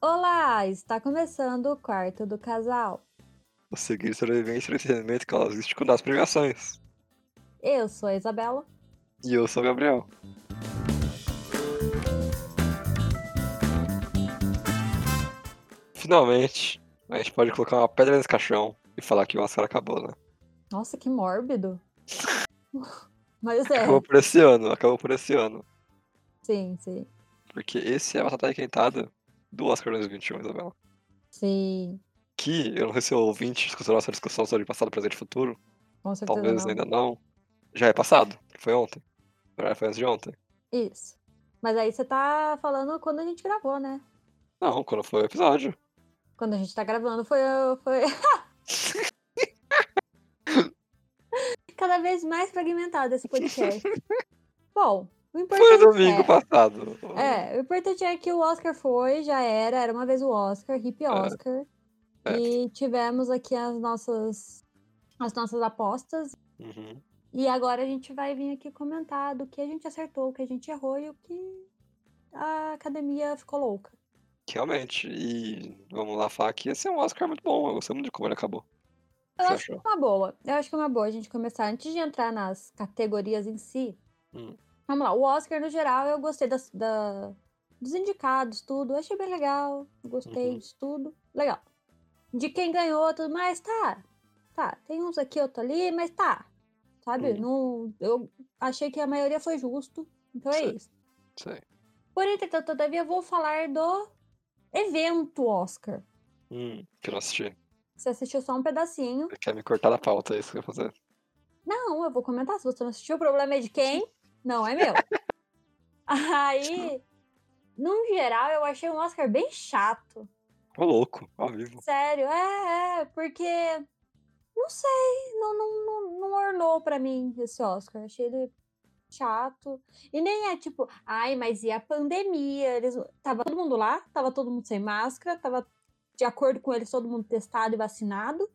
Olá, está começando o quarto do casal. A seguir sobrevivência e entretenimento causalístico nas premiações. Eu sou a Isabela. E eu sou o Gabriel. Finalmente, a gente pode colocar uma pedra nesse caixão e falar que o Oscar acabou, né? Nossa, que mórbido. Mas é, Acabou por esse ano, acabou por esse ano. sim, sim. Porque esse é a batata requentada do Oscar 2021, Isabela. Sim, Que, eu não sei se o ouvinte escutou nossa discussão sobre passado, presente e futuro. com certeza Talvez não. ainda não. Já é passado, que foi ontem. Já Foi antes de ontem. Isso. Mas aí você tá falando quando a gente gravou, né? Não, quando foi o episódio. Quando a gente tá gravando foi... foi... Cada vez mais fragmentado esse podcast. Bom, o importante Foi domingo é... passado. É, o importante é que o Oscar foi, já era, era uma vez o Oscar, hip Oscar. é. E tivemos aqui as nossas as nossas apostas. Uhum. E agora a gente vai vir aqui comentar do que a gente acertou, o que a gente errou e o que a academia ficou louca. Realmente. E vamos lá falar que esse é um Oscar muito bom. Eu gostei muito de como ele acabou. Eu Você acho que é achou? uma boa. Eu acho que é uma boa a gente começar antes de entrar nas categorias em si. Hum. Vamos lá, o Oscar no geral eu gostei das, da- dos indicados, tudo. Eu achei bem legal. Gostei Uhum. disso tudo. Legal. De quem ganhou, tudo mais, tá. Tá, tem uns aqui, outro ali, mas tá. Sabe? Uhum. Não, eu achei que a maioria foi justo. Então é Certo. isso. Sei. Por entretanto, todavia, vou falar do evento Oscar. Hum, que eu não assisti. Você assistiu só um pedacinho. Ele quer me cortar da pauta, é isso que eu ia fazer. Não, eu vou comentar. Se você não assistiu, o problema é de quem? Não é meu. Aí, num geral, eu achei um Oscar bem chato. Ô louco, ao vivo. Sério, é, é, porque. Não sei, não, não, não, não ornou pra mim esse Oscar. Achei ele chato. E nem é tipo, ai, mas e a pandemia? Eles... Tava todo mundo lá, tava todo mundo sem máscara, tava de acordo com eles todo mundo testado e vacinado.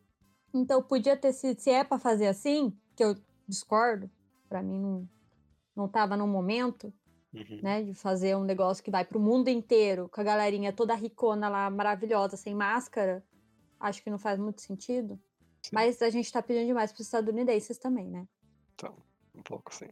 Então podia ter sido, se é pra fazer assim, que eu discordo, pra mim não, não tava no momento Uhum. né? De fazer um negócio que vai pro mundo inteiro, com a galerinha toda ricona lá, maravilhosa, sem máscara. Acho que não faz muito sentido. Sim. Mas a gente tá pedindo demais pros estadunidenses também, né? Um pouco, sim.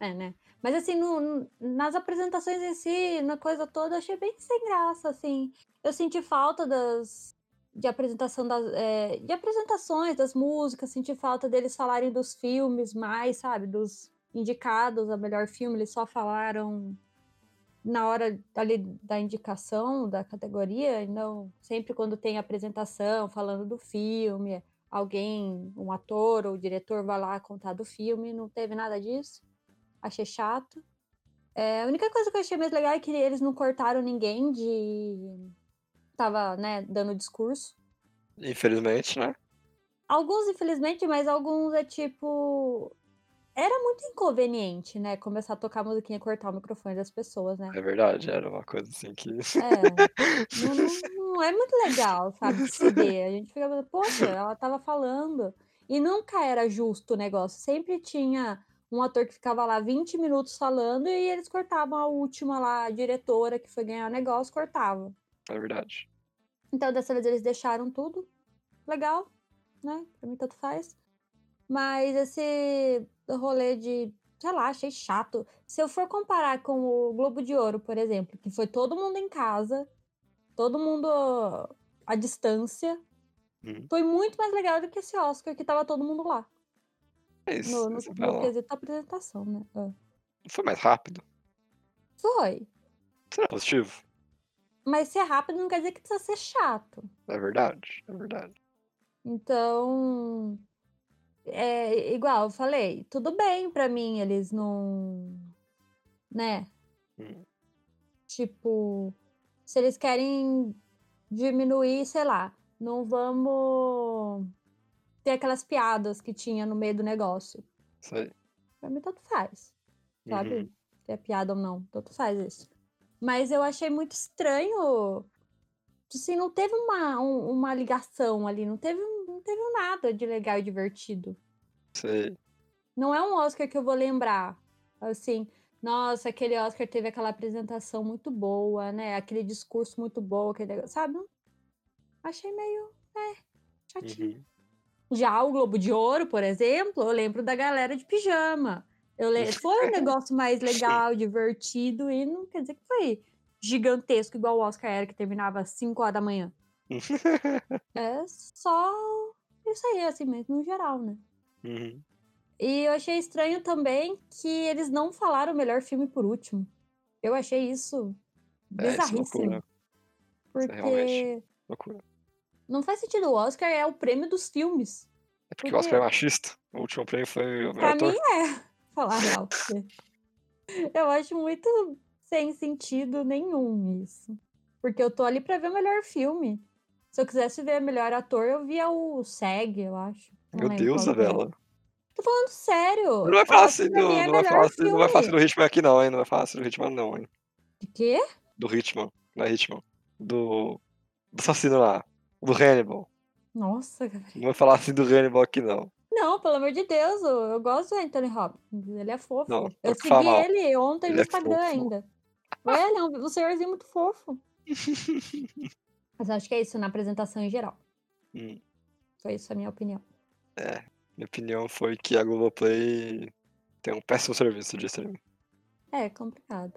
É, né? Mas assim, no- no- nas apresentações em si, na coisa toda, eu achei bem sem graça, assim. Eu senti falta das. De apresentação das. é, de apresentações das músicas, senti falta deles falarem dos filmes mais, sabe? Dos indicados a melhor filme, eles só falaram na hora ali da indicação da categoria, e não sempre quando tem apresentação falando do filme, alguém, um ator ou diretor vai lá contar do filme, não teve nada disso achei chato. É, a única coisa que eu achei mais legal é que eles não cortaram ninguém de. Tava, né, dando discurso. Infelizmente, né? Alguns, infelizmente, mas alguns é tipo. Era muito inconveniente, né? Começar a tocar a musiquinha e cortar o microfone das pessoas, né? É verdade, era uma coisa assim que. É. não, não- não é muito legal, sabe? de Se ver. A gente fica pensando, poxa, ela tava falando. E nunca era justo o negócio. Sempre tinha um ator que ficava lá 20 minutos falando e eles cortavam a última lá, a diretora que foi ganhar o negócio, cortava. É verdade. Então dessa vez eles deixaram tudo. Legal, né? Pra mim tanto faz. Mas esse rolê de. Sei lá, achei chato. Se eu for comparar com o Globo de Ouro, por exemplo, que foi todo mundo em casa, todo mundo à distância, Uhum. foi muito mais legal do que esse Oscar que tava todo mundo lá. É isso. No, no, Isabela. no quesito apresentação, né? É. Foi mais rápido. Foi. Será positivo? Mas ser rápido não quer dizer que precisa ser chato. É verdade, é verdade. Então, é igual eu falei, tudo bem pra mim, eles não, né? Hum. Tipo, se eles querem diminuir, sei lá, não vamos ter aquelas piadas que tinha no meio do negócio. Isso aí. Pra mim tanto faz, sabe? Uhum. Se é piada ou não, tanto faz isso. Mas eu achei muito estranho, assim, não teve uma, um- uma ligação ali, não teve, um, não teve nada de legal e divertido. Isso aí. Não é um Oscar que eu vou lembrar. Assim, Nossa, aquele Oscar teve aquela apresentação muito boa, né? Aquele discurso muito bom, aquele negócio, sabe? Achei meio, é, chatinho. Uhum. Já o Globo de Ouro, por exemplo, eu lembro da galera de pijama. Eu le- Foi um negócio mais legal, divertido, e não quer dizer que foi gigantesco, igual o Oscar era, que terminava às 5 horas da manhã. é só isso aí, assim mesmo, no geral, né? Uhum. E eu achei estranho também que eles não falaram o melhor filme por último. Eu achei isso É, isso é bizarríssimo. loucura, porque realmente. loucura. não faz sentido. O Oscar é o prêmio dos filmes. É porque Por o Oscar quê? é machista. O último prêmio foi o meu Pra ator. mim é falar real. Eu acho muito sem sentido nenhum isso. Porque eu tô ali pra ver o melhor filme. Se eu quisesse ver melhor ator, eu via o SEG, eu acho. Não Meu lembro Deus, qual que é. Isabela. Tô falando sério. Não vai falar Ó, assim do, pra mim é não vai melhor falar assim, não vai falar assim filme. do Hitman aqui não, hein? Não vai falar assim do Hitman não, hein? De quê? Do Hitman, não é Hitman. Do, do assassino lá, do Hannibal. Nossa, cara. Não vai falar assim do Hannibal aqui não. Não, pelo amor de Deus, eu, eu gosto do Anthony Hopkins, ele é fofo. Não, eu tô que fala segui mal. ele ontem Ele no é Instagram fofo. ainda. É, ele é um, um senhorzinho muito fofo. Mas acho que é isso na apresentação em geral. Hum, Foi isso a minha opinião. minha opinião foi que a Globoplay tem um péssimo serviço de streaming. É, complicado.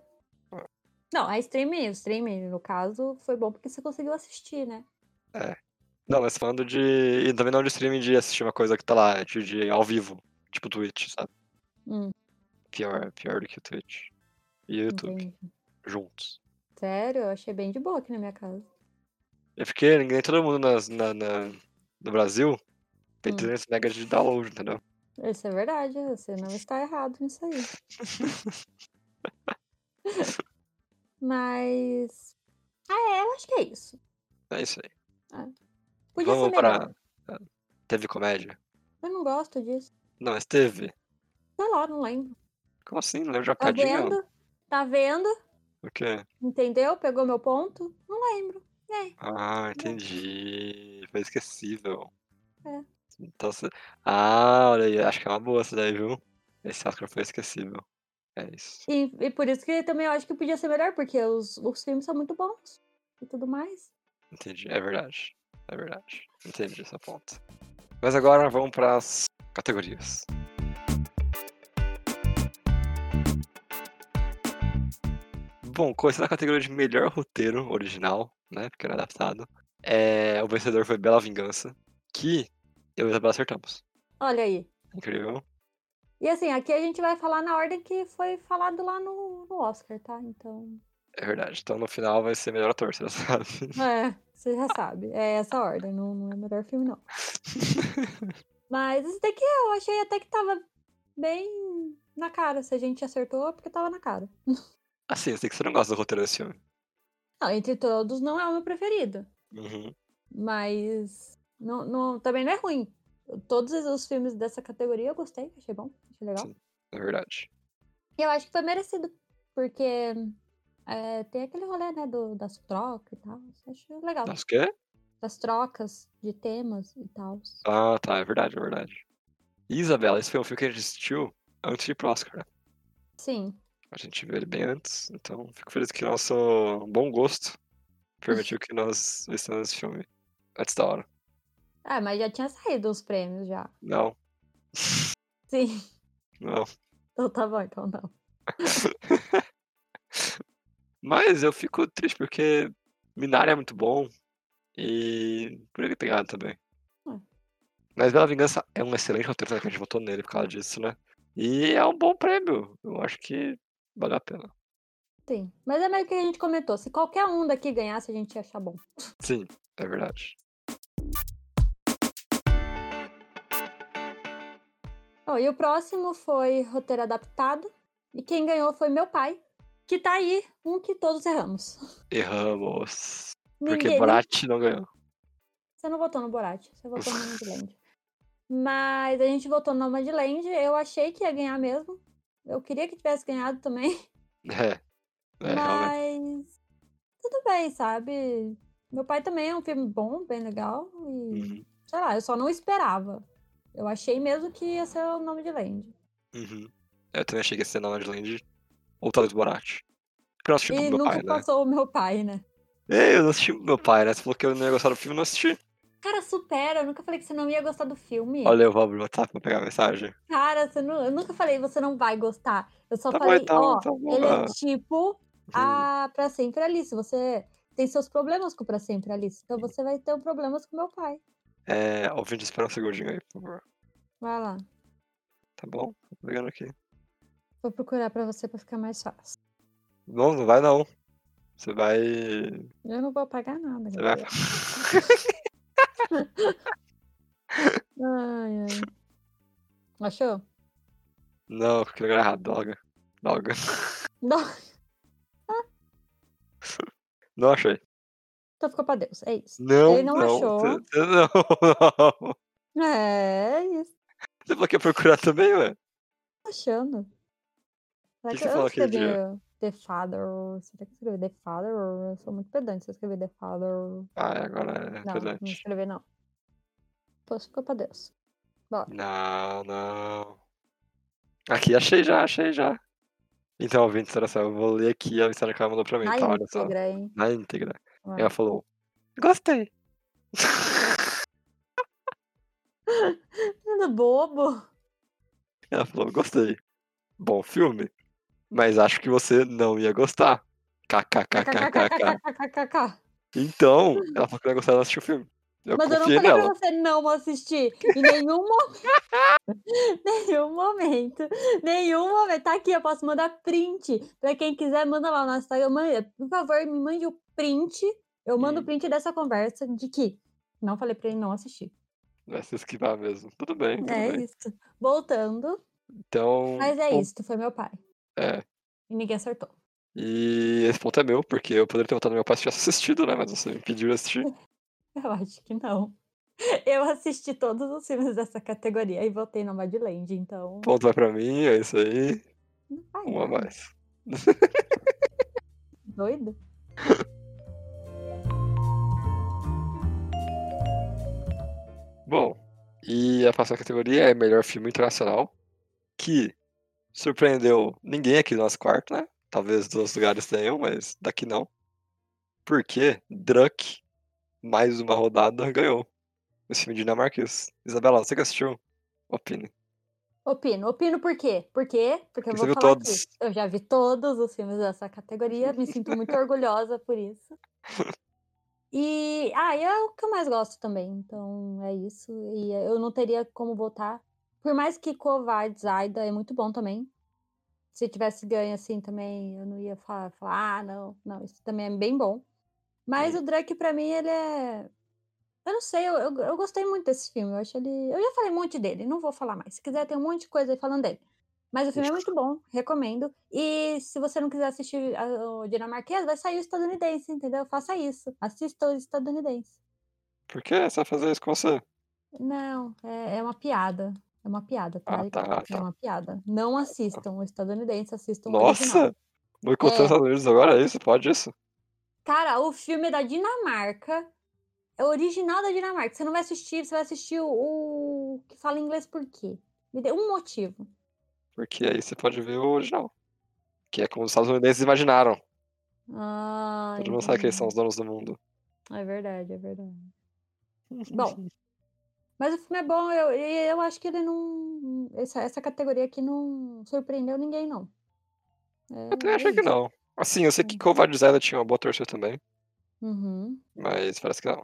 Ah. Não, é a streaming, o streaming, no caso, foi bom porque você conseguiu assistir, né? Não, mas falando de. E também não de streaming de assistir uma coisa que tá lá, de, de ao vivo, tipo Twitch, sabe? Hum, Pior, pior do que o Twitch. E o YouTube, entendi. juntos. Sério, eu achei bem de boa aqui na minha casa. É porque ninguém, todo mundo nas- na, na- no Brasil tem Hum. 300 megas de download, entendeu? Isso é verdade, você não está errado nisso aí. Mas. Ah, é, eu acho que é isso. É isso aí. Podia ser Vamos melhor. pra. Teve comédia? Eu não gosto disso. Não, mas teve. Sei lá, não lembro. Como assim? Não lembro de Tá Arcadinha? vendo? Tá vendo? O quê? Entendeu? Pegou meu ponto? Não lembro. Ah, entendi. Foi esquecível. É. Então, se- ah, olha aí. Acho que é uma boa essa daí, viu? Esse Oscar foi esquecível. É isso. E, e por isso que também eu acho que podia ser melhor, porque os, os filmes são muito bons e tudo mais. Entendi. É verdade. É verdade. Entendi essa ponta. Mas agora vamos para as categorias. Bom, começando a categoria de melhor roteiro original, né? Porque era adaptado. É, o vencedor foi Bela Vingança, que eu e a Isabela acertamos. Olha aí. Incrível. E assim, aqui a gente vai falar na ordem que foi falado lá no, no Oscar, tá? Então. É verdade. Então no final vai ser melhor ator, você já sabe. É, você já sabe. É essa ordem, não, não é melhor filme, não. Mas esse daqui eu achei até que tava bem na cara. Se a gente acertou, é porque tava na cara. Assim, eu sei que você não gosta do roteiro desse filme. Não, entre todos não é o meu preferido. Uhum. Mas não, não- também não é ruim. Todos os filmes dessa categoria eu gostei, achei bom, achei legal. Sim. É verdade. E eu acho que foi merecido, porque é, tem aquele rolê, né, do, das trocas e tal. Isso eu achei legal. Nossa, o quê? Das trocas de temas e tal. Ah, tá. É verdade, é verdade. E, Isabela, esse foi um filme que a gente assistiu antes de ir pro Oscar, né? Sim. A gente viu ele bem antes, então fico feliz que nosso bom gosto permitiu que nós vistamos esse filme antes da hora. Ah, mas já tinha saído os prêmios já. Não, Sim. não. Então tá bom, então não. Mas eu fico triste porque Minari é muito bom e poderia ter pegado também. Hum. Mas Bela Vingança é um excelente roteiro também, que a gente votou nele por causa disso, né? E é um bom prêmio. Eu acho que valeu a pena. Sim. Mas é meio que a gente comentou. Se qualquer um daqui ganhasse, a gente ia achar bom. Sim, é verdade. Ó, e o próximo foi roteiro adaptado. E quem ganhou foi meu pai, que tá aí, um que todos erramos. Erramos. Porque Ninguém. né? Borat não ganhou. Você não votou no Borat, você votou no Nomadland. Mas a gente votou no Nomadland, eu achei que ia ganhar mesmo. Eu queria que tivesse ganhado também, É. É, realmente. mas tudo bem, sabe? Meu pai também é um filme bom, bem legal. E Uhum. sei lá, eu só não esperava. Eu achei mesmo que ia ser o Nomadland. Uhum. Eu também achei que ia ser Nomadland Ou talvez Borat. Porque eu não assisti E com meu nunca pai, né? passou o meu pai, né? É, eu não assisti com meu pai, né? Você falou que eu não ia gostar do filme, eu não assisti. Cara, supera. Eu nunca falei que você não ia gostar do filme. Olha, eu vou abrir o WhatsApp pra pegar a mensagem. Cara, você nu- eu nunca falei você não vai gostar. Eu só Tá bom, falei, então, ó, tá bom. ele é ah, uhum. tipo a Pra Sempre Alice. Você tem seus problemas com Pra Sempre Alice. Então você vai ter problemas com meu pai. É, ouvinte, espera um segundinho aí, por favor. Vai lá. Tá bom? Tô pegando aqui. Vou procurar pra você pra ficar mais fácil. Não, não vai não. Você vai. Eu não vou apagar nada. Você vai. Gabriel. Ai, ai. Achou? Não, que lugar errado, droga. Droga. Não. Não achei. Então ficou pra Deus. É isso. Não, Ele não achou. Você, você não, não. É isso. Você falou que ia procurar também, ué? Tô achando. Será que, Que que você eu falou aquele escrevi dia? The Father? Será que eu escrevi The Father? Eu sou muito pedante se eu escrevi The Father. Ah, agora é Não, não presente. escrevi não. Poxa, ficou pra Deus. Não, não. Aqui, achei já, achei já. Então, ouvintes, olha só, eu vou ler aqui a mensagem que ela mandou pra mim, Na tá? Olha só. íntegra, é Ah. hein? tá Na íntegra. Vai. Ela falou, gostei. Nada bobo. Ela falou, gostei. Bom filme. Mas acho que você não ia gostar. KKKKKK. KKKKKKKK. Então, ela falou que não ia gostar, ela assistiu o filme. Eu Hum. Mas eu não confiei falei pra nela. você não assistir. Em nenhum momento. nenhum momento. Nenhum momento. Tá aqui, eu posso mandar print. Pra quem quiser, manda lá no Instagram. Manda, por favor, me mande o print. Eu mando Hum. o print dessa conversa de que não falei pra ele não assistir. Vai se esquivar mesmo. Tudo bem, tudo É bem. isso. Voltando. Então. Mas é bom, isso, tu foi meu pai. É. E ninguém acertou. E esse ponto é meu, porque eu poderia ter votado no meu pai se tivesse assistido, né? Mas você me pediu de assistir. Eu acho que não. Eu assisti todos os filmes dessa categoria e votei na Madland, então. Ponto vai pra mim, é isso aí. Não vai Um a nada. mais. Doido? Bom, e a próxima categoria é melhor filme internacional, que surpreendeu ninguém aqui do nosso quarto, né? Talvez dos outros lugares tenham, mas daqui não. Porque Druk, mais uma rodada, ganhou. Esse filme dinamarquês. Isabela, você que assistiu? Opine. Opino. Opino por quê? Por quê? Porque eu Porque você vou viu falar todos. aqui. Eu já vi todos os filmes dessa categoria, me sinto muito orgulhosa por isso. E. Ah, e é o que eu mais gosto também, então é isso. E eu não teria como votar. Por mais que Kovács Zaida é muito bom também. Se tivesse ganho assim também, eu não ia falar, falar ah, não, não, isso também é bem bom. Mas Hum. o Drake, pra mim, ele é. Eu não sei, eu, eu, eu gostei muito desse filme. Eu acho ele. Eu já falei um monte dele, não vou falar mais. Se quiser, tem um monte de coisa aí falando dele. Mas o filme é muito bom, recomendo. E se você não quiser assistir a- o dinamarquês, vai sair o estadunidense, entendeu? Faça isso. Assista o estadunidense. Por que você vai fazer isso com você? Não, é, é uma piada. É uma piada, tá? Ah, tá, É tá. uma piada. Não assistam o estadunidense, assistam o original. Nossa! Boicotando os É. Estados Unidos agora? É isso? Pode isso? Cara, o filme é da Dinamarca. É o original da Dinamarca. Você não vai assistir, você vai assistir o, o que fala inglês por quê? Me dê um motivo. Porque aí você pode ver o original. Que é como os estadunidenses imaginaram. Ah, Todo mundo sabe que eles são entendi. os donos do mundo. É verdade, é verdade. Bom, Mas o filme é bom, eu, e eu acho que ele não. Essa, essa categoria aqui não surpreendeu ninguém, não. É, Eu também achei é que isso. não. Assim, eu sei que Covardes Island tinha uma boa torcida também, Uhum. mas parece que não.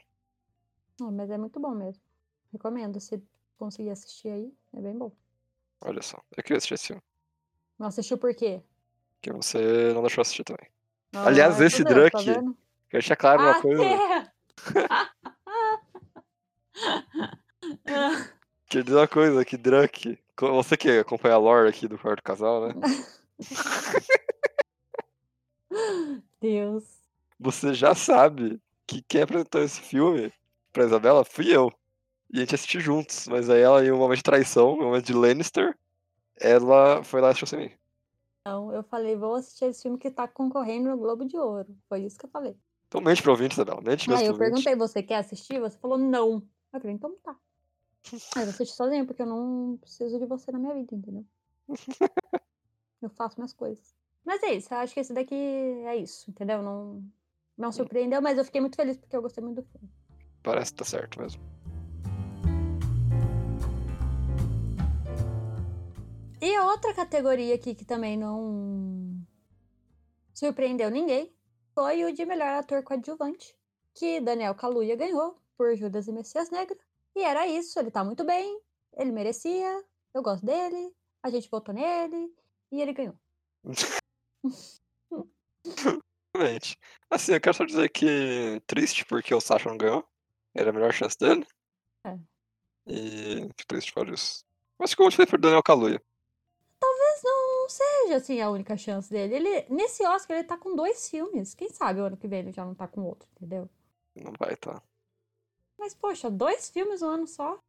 Ah, mas é muito bom mesmo. Recomendo, se conseguir assistir aí, é bem bom. Olha só, eu queria assistir esse filme, Não assistiu por quê? que você não deixou assistir também. Ah, Aliás, é esse por Deus, tá Drake, vendo? Eu achei claro uma Ah, coisa é. Quer dizer uma coisa, que Drunk. co- Você que acompanha a lore aqui do quarto casal, né? Deus. Você já sabe que quem apresentou esse filme pra Isabela fui eu. E a gente assistiu juntos, mas aí ela, em um momento de traição, em um momento de Lannister, ela foi lá e assistiu sem mim. Não, eu falei, vou assistir esse filme que tá concorrendo no Globo de Ouro. Foi isso que eu falei. Então mente pra ouvinte, Isabela, mente mesmo Aí Ah, eu pro ouvinte. perguntei, você quer assistir? Você falou não. Eu falei, então tá. Aí eu assisti sozinha, porque eu não preciso de você na minha vida, entendeu? Eu faço minhas coisas. Mas é isso, eu acho que esse daqui é isso, entendeu? Não, não surpreendeu, mas eu fiquei muito feliz porque eu gostei muito do filme. Parece que tá certo mesmo. E a outra categoria aqui que também não surpreendeu ninguém foi o de melhor ator coadjuvante, que Daniel Kaluuya ganhou por Judas e Messias Negro. E era isso, ele tá muito bem, ele merecia, eu gosto dele, a gente votou nele e ele ganhou. Realmente. Assim, eu quero só dizer que triste porque o Sasha não ganhou. Era a melhor chance dele. É. E fico triste por isso. Mas como eu falei pro Daniel Kaluuya. Talvez não seja assim a única chance dele. Ele, nesse Oscar ele tá com dois filmes. Quem sabe o ano que vem ele já não tá com outro, entendeu? Não vai, tá. Mas poxa, dois filmes um ano só? O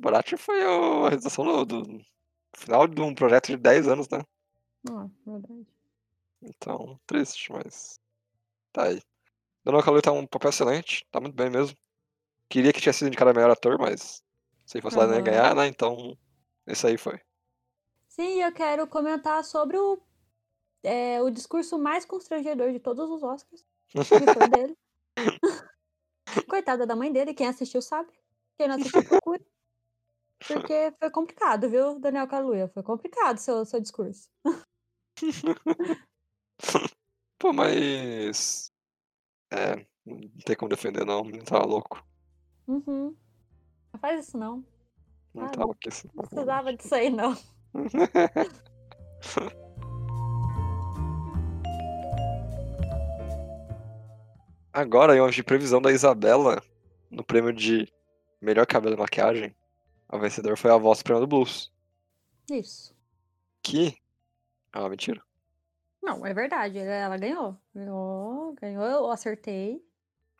Borat foi o- a realização do, do final de um projeto de 10 anos, né? Não, é verdade. Então, triste, mas. Tá aí. Daniel Kaluuya tá um papel excelente, tá muito bem mesmo. Queria que tivesse sido indicado a melhor ator, mas se fosse lá não ia Aham. ganhar, né? Então, esse aí foi. Sim, eu quero comentar sobre o, é, o discurso mais constrangedor de todos os Oscars. Que foi o dele. Coitada da mãe dele, quem assistiu sabe. Quem não assistiu, procura. Porque foi complicado, viu, Daniel Kaluuya? Foi complicado seu, seu discurso. Pô, mas. É, não tem como defender, não. O menino tava louco. Uhum. Não faz isso não. Não Ah, tava aqui. assim, Não não. precisava disso aí, não. Agora, em hoje, previsão da Isabela no prêmio de melhor cabelo e maquiagem. A vencedora foi a voz do prêmio do Blues. Isso. Que. Ah, mentira. Não, é verdade. Ela ela ganhou. Ganhou, ganhou, eu acertei.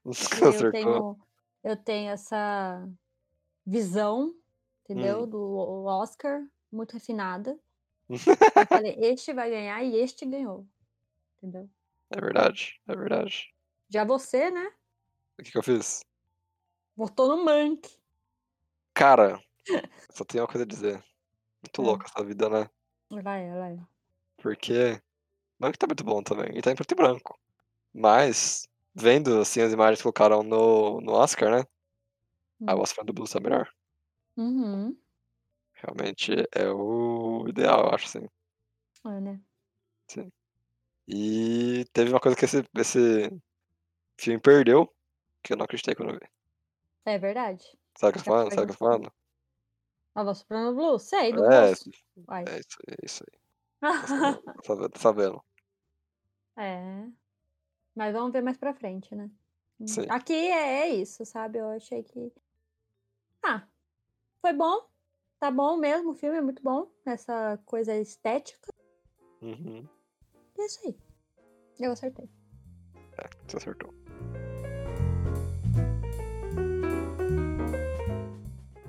Eu Acertou. é tenho, eu tenho essa visão, entendeu? Hum. Do o- Oscar, muito refinada. eu falei, este vai ganhar e este ganhou. Entendeu? É verdade, é verdade. Já você, né? O que, que eu fiz? Votou no Mank. Cara, só tenho uma coisa a dizer. Muito Hum. louca essa vida, né? Ela é, ela é. Porque o Mank tá muito bom também, e tá em preto e branco. Mas, vendo assim as imagens que colocaram no, no Oscar, né? A Hum. voz do Blues tá melhor. Uhum. Realmente é o ideal, eu acho, assim. É, né? E teve uma coisa que esse, esse filme perdeu, que eu não acreditei quando eu vi. É verdade. Sabe o que eu tô Já né? falando? Sabe o que eu tô falando? A voz soprando Blue, sei, do É, bolso. Vai. é isso, é isso aí. Ah. Tá sabendo, tá sabendo. É. Mas vamos ver mais pra frente, né? Hum, Sim. Aqui é, é isso, sabe? Eu achei que. Ah, foi bom. Tá bom mesmo, o filme é muito bom. Essa coisa estética. Uhum, É isso aí. Eu acertei. você acertou.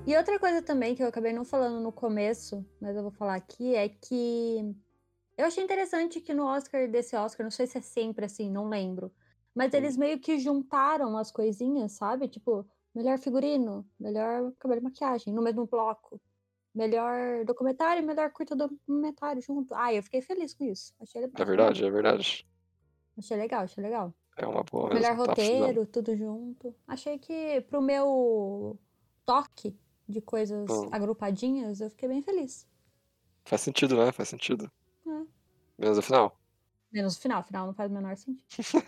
E outra coisa também que eu acabei não falando no começo, mas eu vou falar aqui, é que eu achei interessante que no Oscar desse Oscar, não sei se é sempre assim, não lembro, mas Hum. eles meio que juntaram as coisinhas, sabe? Tipo, melhor figurino, melhor cabelo e maquiagem, no mesmo bloco. Melhor documentário e melhor curta documentário junto. Ah, eu fiquei feliz com isso. Achei legal. É verdade, é verdade. Achei legal, achei legal. É uma boa mesmo. Melhor tá precisando. roteiro, tudo junto. Achei que pro meu toque de coisas Hum. agrupadinhas, eu fiquei bem feliz. Faz sentido, né? Faz sentido. É. Menos o final. Menos o final, o final não faz o menor sentido.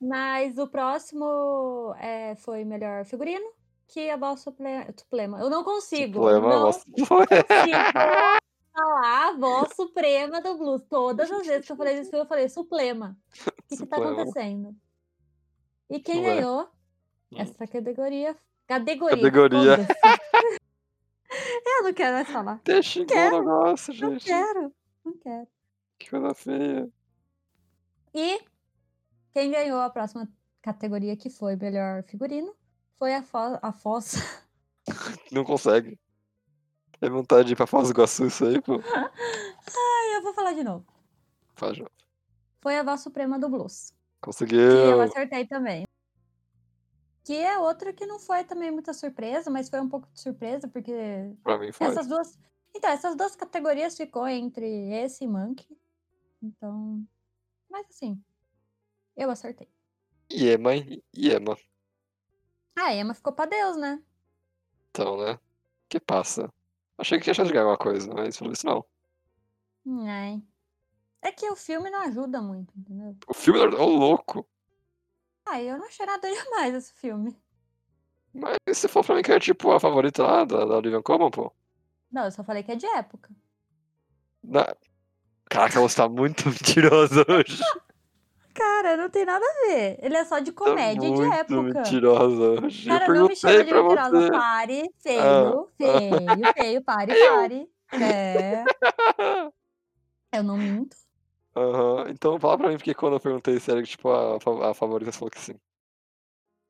Mas o próximo é, foi melhor figurino, que a voz suple- suprema. Eu não consigo. Suplema, não nossa. consigo falar a voz suprema do blues. Todas as vezes que eu falei isso, eu falei suplema. O que, que tá Suplema. acontecendo? E quem Ué. ganhou Hum. essa categoria? Categoria. Categoria. foda-se. eu não quero mais falar. Deixa embora o negócio, Não gente. quero. Não quero. Que coisa feia. E quem ganhou a próxima categoria, que foi melhor figurino, foi a, fo a Foz. Não consegue. É vontade de ir pra Foz do Iguaçu isso aí, pô. Ai, eu vou falar de novo. Fala, João. Foi a voz suprema do blues. É, Que eu Conseguiu. acertei também. Que é outra que não foi também muita surpresa, mas foi um pouco de surpresa, porque Pra mim foi. essas duas. Então, essas duas categorias ficou entre esse e Monkey. Então. Mas assim. Eu acertei. E Emma, e Emma. Ah, Emma ficou pra Deus, né? Então, né? Que passa. Achei que ia achar de ganhar alguma coisa, mas pelo visto não. Ai. É que o filme não ajuda muito, entendeu? O filme é oh, louco. Ah, eu não achei nada demais esse filme. Mas se for pra mim que é tipo a favorita lá da, da Olivia Colman, pô. Não, eu só falei que é de época. Na... Caraca, você tá muito mentiroso É hoje. tipo Cara, não tem nada a ver. Ele é só de comédia tá e muito de época. mentirosa hoje. Cara, eu não me chama perguntei de mentirosa. pra você. Pare, Ah. feio, feio, feio, pare, pare. É. Eu não minto. Aham, Então fala pra mim, porque quando eu perguntei sério, tipo, a, fa- a favorita falou que sim.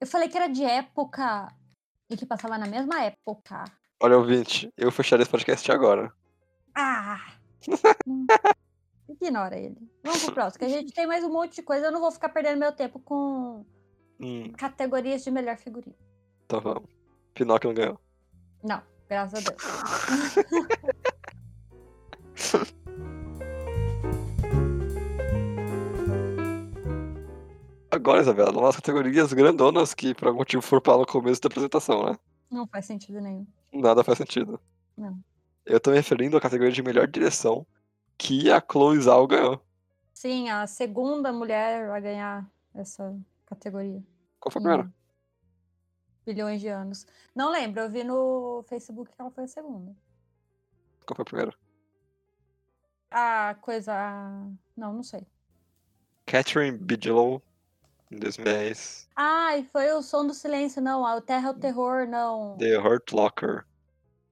Eu falei que era de época e que passava na mesma época. Olha, ouvinte, eu fecharia esse podcast agora. Ah! Hum. Ignora ele. Vamos pro próximo, que a gente tem mais um monte de coisa. Eu não vou ficar perdendo meu tempo com Hum, categorias de melhor figurino. então vamos. Pinóquio não ganhou. Não, graças a Deus. Agora, Isabela, novas categorias grandonas que por algum motivo foram para no começo da apresentação, né? Não faz sentido nenhum. Nada faz sentido. Não. Eu tô me referindo à categoria de melhor direção que a Chloe Zhao ganhou. Sim, a segunda mulher vai ganhar essa categoria. Qual foi a primeira? em Bilhões de anos. Não lembro, eu vi no Facebook que ela foi a segunda. Qual foi a primeira? A coisa. a- Não, não sei. Catherine Bigelow, em 2010. Ai, foi o som do silêncio, não. A Terra é o Terror, não. The Hurt Locker.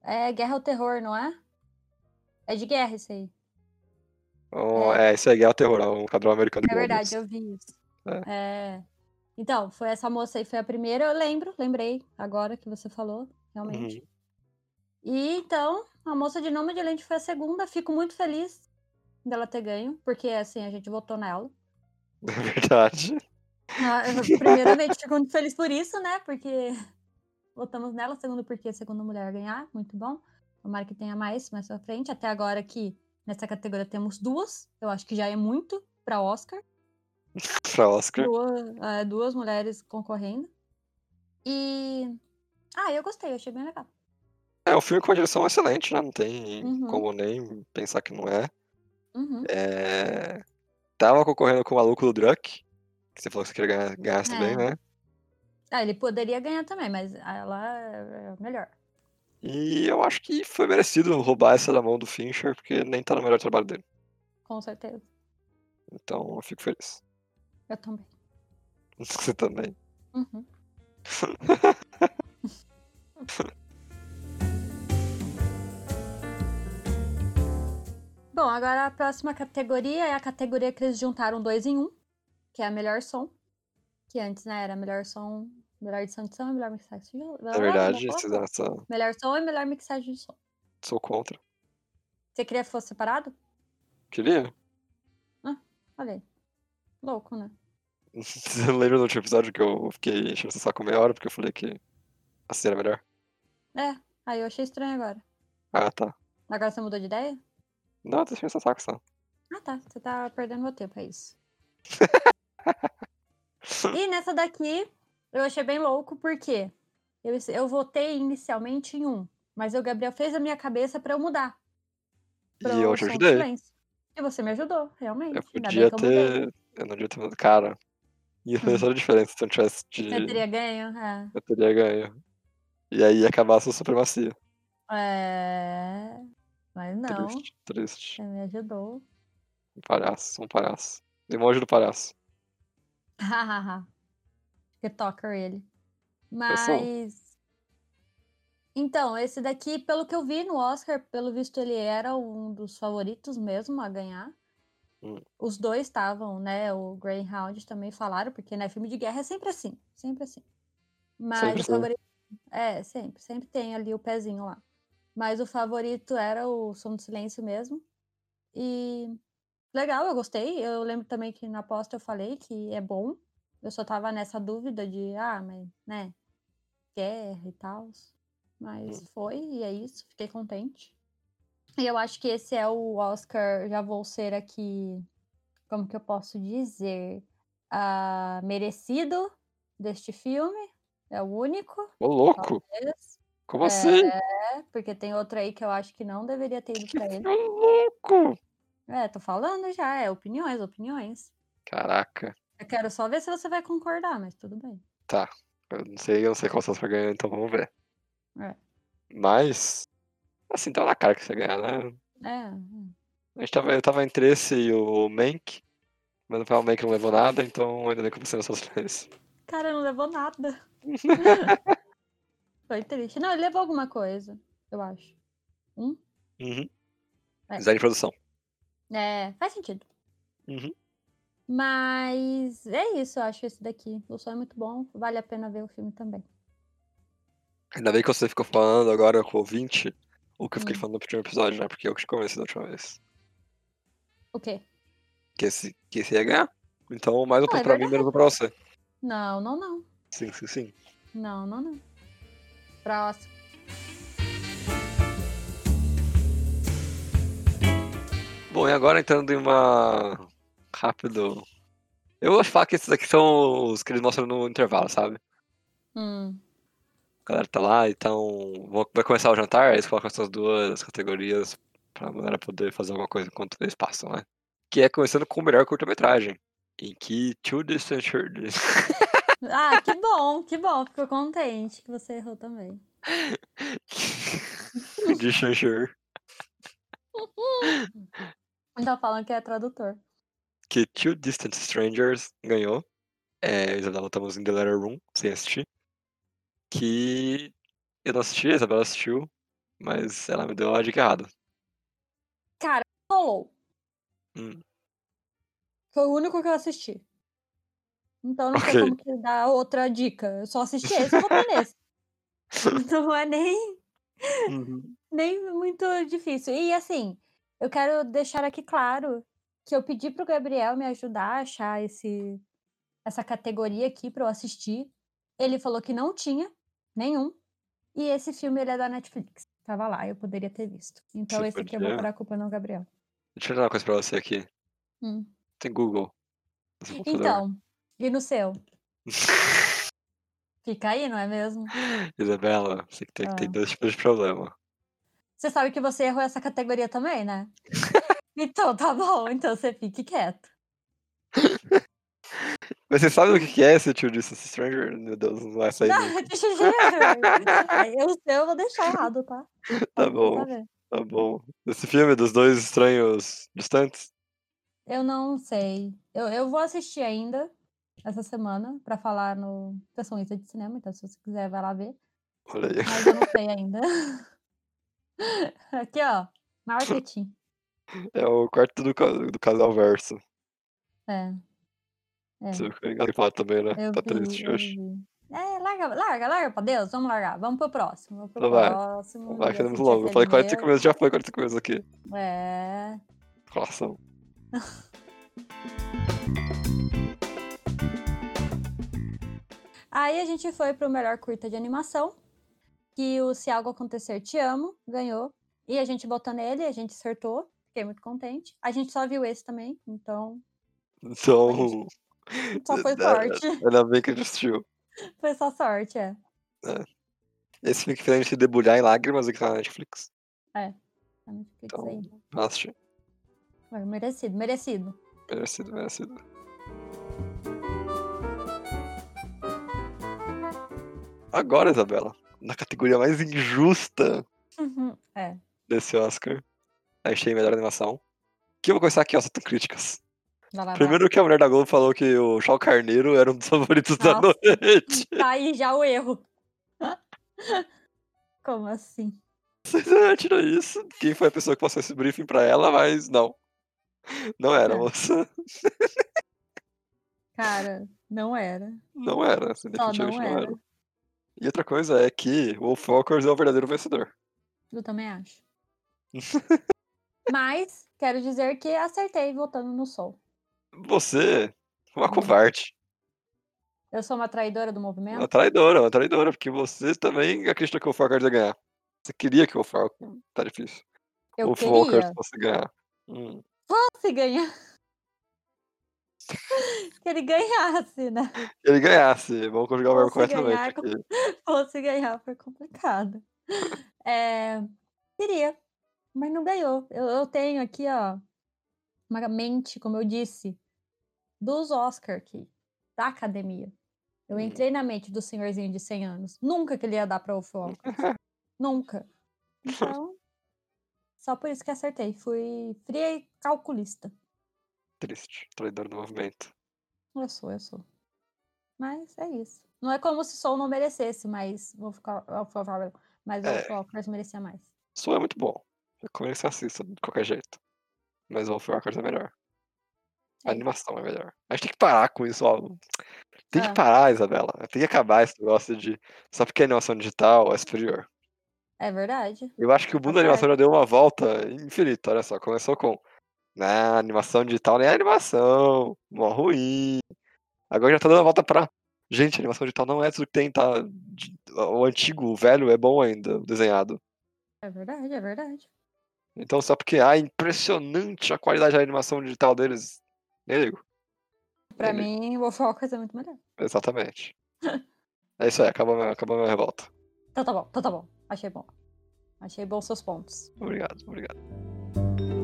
É Guerra ao Terror, não é? É de guerra isso aí. Oh, é, isso aí é Guerra ao Terror, é um quadrão americano. de É verdade, bombas. eu vi isso. É. Então, foi essa moça aí, foi a primeira, eu lembro, lembrei agora que você falou, realmente. Uhum. E então, a moça de nome de lente foi a segunda, fico muito feliz dela ter ganho, porque assim, a gente votou nela. É verdade. Ah, eu- Primeiramente, fico muito feliz por isso, né? Porque votamos nela, segundo porque a segunda mulher ganhar, muito bom. Tomara que tenha mais mais pra frente. Até agora que nessa categoria temos duas, eu acho que já é muito pra Oscar. Pra Oscar. duas, é, duas mulheres concorrendo. E. Ah, eu gostei, eu achei bem legal. É um filme com uma direção excelente, né? Não tem Uhum. como nem pensar que não é. Uhum. É, Tava concorrendo com o maluco do Druck, que você falou que você queria ganhar, ganhasse também, É. né? Ah, ele poderia ganhar também, mas ela é a melhor. E eu acho que foi merecido roubar essa da mão do Fincher, porque nem tá no melhor trabalho dele. Com certeza. Então eu fico feliz. Eu também. Você também. Uhum. Bom, agora a próxima categoria é a categoria que eles juntaram dois em um, que é a melhor som. Que antes, né, era melhor som, melhor edição de som e melhor mixagem de som. Na É verdade, vocês eram essa... Melhor som e melhor mixagem de som. sou contra. Você queria que fosse separado? Queria? Olha aí. Louco, né? Você lembra do último episódio que eu fiquei enchendo seu saco meia hora porque eu falei que assim era melhor? É, aí eu achei estranho agora. Ah, tá. Agora você mudou de ideia? Não, tô enchendo seu saco só. Ah, tá. Você tá perdendo meu tempo, é isso. E nessa daqui, eu achei bem louco, porque eu, eu votei inicialmente em um, mas o Gabriel fez a minha cabeça pra eu mudar. pro E eu te Som do ajudei. Silêncio. um E você me ajudou, realmente. Eu Ainda bem podia que eu mudei. ter. Eu não devia ter mudado. Cara, ia fazer toda a diferença se eu não tivesse de. Você Hum. teria ganho? É. Eu teria ganho. E aí ia acabar a sua supremacia. É, Mas não, Triste, triste. você me ajudou. Um palhaço, sou um palhaço. Emoji do palhaço. Hahaha. TikToker ele. sou. Mas. Então, esse daqui, pelo que eu vi no Oscar, pelo visto ele era um dos favoritos mesmo a ganhar. Hum. Os dois estavam, né? O Greyhound também falaram, porque né, filme de guerra é sempre assim, sempre assim. Mas Sempre o assim. favorito. É, sempre, sempre tem ali o pezinho lá. Mas o favorito era o Som do Silêncio mesmo. E legal, eu gostei. Eu lembro também que na aposta eu falei que é bom. Eu só tava nessa dúvida de, ah, mas, né, guerra e tal. Mas foi, e é isso, fiquei contente. E eu acho que esse é o Oscar, já vou ser aqui, como que eu posso dizer, ah, merecido deste filme. É o único, Ô, louco! talvez. Como assim? É, porque tem outro aí que eu acho que não deveria ter ido pra ele. Ô, louco! É, tô falando já, é opiniões, opiniões. Caraca. Eu quero só ver se você vai concordar, mas tudo bem. Eu não sei, eu não sei qual você vai ganhar, então vamos ver. É. Mas. Assim, tá na cara que você ganha, né? É, A gente tava, eu tava entre esse e o Mank. Mas no final o Mank não levou nada, então ainda bem que eu pensei nessas coisas. cara, não levou nada. Foi triste. Não, ele levou alguma coisa, eu acho. Uhum. É. Design de produção. É, faz sentido. Uhum. Mas é isso, eu acho esse daqui. O som é muito bom, vale a pena ver o filme também. Ainda bem que você ficou falando agora com o ouvinte o que eu fiquei Hum. falando no último episódio, né? Porque eu que te convenci da última vez. O quê? Que esse, que esse ia ganhar. Então, mais um Ah, é ponto pra mim, menos um pra você. Não, não, não. Sim, sim, sim. Não, não, não. Próximo. Bom, e agora entrando em uma. Rápido. Eu vou falar que esses aqui são os que eles mostram no intervalo, sabe? Hum, A galera tá lá, então vão- vai começar o jantar, eles colocam essas duas categorias pra galera poder fazer alguma coisa enquanto eles passam, né? Que é começando com o melhor curta-metragem, em que Two Distant Shirts Ah, que bom, que bom. Fico contente que você errou também. de Shanshur, Então falam que é tradutor. que Two Distant Strangers ganhou. É, Isabela, estamos em The Letter Room, sem assistir. Que eu não assisti, a Isabela assistiu, mas ela me deu a dica errada. Hollow. Hum. Foi o único que eu assisti. Então não Ok. sei como que dar outra dica. Eu só assisti esse e votei nesse. Então não é nem, nem muito difícil. E assim, eu quero deixar aqui claro que eu pedi pro Gabriel me ajudar a achar esse, essa categoria aqui pra eu assistir. Ele falou que não tinha nenhum. E esse filme ele é da Netflix. Tava lá, eu poderia ter visto. Então Você esse aqui eu vou podia. parar a culpa no Gabriel. Deixa eu dar uma coisa pra você aqui. Hum. Tem Google. no seu computador. Então, e no seu? Fica aí, não é mesmo? Isabela, você que tem que ter Ah. dois tipos de problema. Você sabe que você errou essa categoria também, né? então, tá bom. Então você fique quieto. Mas você sabe o que que é esse tio de Stranger? Meu Deus, não é vai sair. Não, deixa eu ver. Eu sei, eu vou deixar errado, tá? Só pra você bom. saber. Tá bom. Esse filme dos dois estranhos distantes? Eu não sei. Eu, eu vou assistir ainda essa semana pra falar no Sessão Lista de Cinema, então se você quiser vai lá ver. Olha aí. Mas eu não sei ainda. Aqui, ó. Marketing. É o quarto do, ca- do casal verso. É, É. Você ficou ligado que fala também, né? eu tá vi, triste eu hoje. vi. É, larga, larga, larga pra Deus. Vamos largar. Vamos pro próximo. Vamos pro Não vai. próximo. Vai e ficando muito assim, longo. Eu falei aquele 45 meu. minutos, já falei 45 minutos aqui. É. Coração. Aí a gente foi pro melhor curta de animação, que o Se Algo Acontecer Te Amo ganhou. E a gente botou nele, a gente acertou. Fiquei muito contente. A gente só viu esse também, então Então, só foi É, sorte. ainda bem que a gente assistiu. Foi só sorte, é. Esse filme que fez a gente se debulhar em lágrimas aqui na Netflix. Tá no Netflix Então- aí. Vai assistir. Foi merecido, merecido. Merecido, merecido. Agora, Isabela, na categoria mais injusta Uhum, é. desse Oscar, achei melhor animação. Que eu vou começar aqui, ó, só tem Tá críticas. Vai lá, vai. Primeiro que a mulher da Globo falou que o Chal Carneiro era um dos favoritos da Nossa. noite. Tá aí já o erro. Como assim? Tira isso. Quem foi a pessoa que passou esse briefing pra ela, mas não. Não era, É. moça. Cara, não era. Não era. assim, Só definitivamente não não era. era. E outra coisa é que o Falkers é o verdadeiro vencedor. Eu também acho. Mas quero dizer que acertei voltando no sol. Você, uma Hum. covarde. Eu sou uma traidora do movimento? Uma traidora, uma traidora, porque você também acreditou que o Falkers ia ganhar. Você queria que o Falkers. Tá difícil. Eu o queria Walker fosse ganhar. Hum, se ganhar. que ele ganhasse, né? ele ganhasse, vamos conjugar o verbo Fosse ganhar corretamente com- aqui. Fosse ganhar, foi complicado. É, queria, mas não ganhou. Eu, eu tenho aqui, ó, uma mente, como eu disse, dos Oscar aqui, da academia. Eu Hum. entrei na mente do senhorzinho de 100 anos. Nunca que ele ia dar pra o Falcons. Nunca. Então, só por isso que acertei. Fui fria e calculista. Triste, traidor do movimento. Eu sou, eu sou. Mas é isso. Não é como se o Sol não merecesse, mas vou ficar eu vou falar, mas É. o Falcons merecia mais. Soul é muito bom. Recomendo que você assista de qualquer jeito. Mas o Walker é melhor. A É. animação é melhor. A gente tem que parar com isso, ó. Tem Ah. que parar, Isabela. Tem que acabar esse negócio de. Só porque a animação digital é superior. É verdade. Eu acho que o mundo da animação já deu uma volta infinita, olha só. Começou com. Na animação digital nem é animação. Mó ruim. Agora já tá dando a volta pra. Gente, a animação digital não é tudo que tem, tá? Di- O antigo, o velho, é bom ainda, o desenhado. É verdade, é verdade. Então, só porque, ah, impressionante a qualidade da animação digital deles. Nem ligo. Pra Entendi. mim, o Falcons é muito melhor. Exatamente. É isso aí, acabou minha, acabou minha revolta. Então tá bom, então tá bom. Achei bom. Achei bom seus pontos. É Obrigado, obrigado.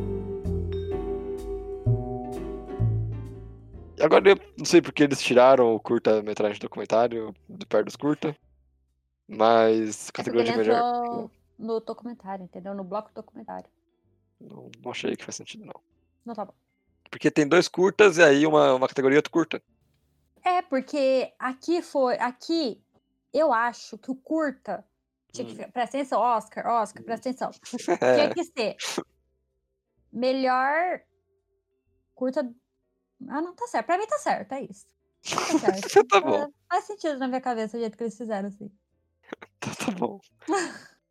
E Agora eu não sei porque eles tiraram o curta-metragem documentário do perto dos curta, mas É porque categoria ele de melhor. entrou no documentário, entendeu? No bloco documentário. Não, não achei que faz sentido, não. Não tá bom. Porque tem dois curtas e aí uma, uma categoria e outra curta. É, porque aqui foi. Aqui, eu acho que o curta. Tinha que, Hum. ficar- presta atenção, Oscar, Oscar, presta atenção. Tinha É, que ser melhor curta. Ah, não, tá certo. Pra mim tá certo, é isso. Tá certo. tá bom, É, Faz sentido na minha cabeça o jeito que eles fizeram assim. tá, tá bom.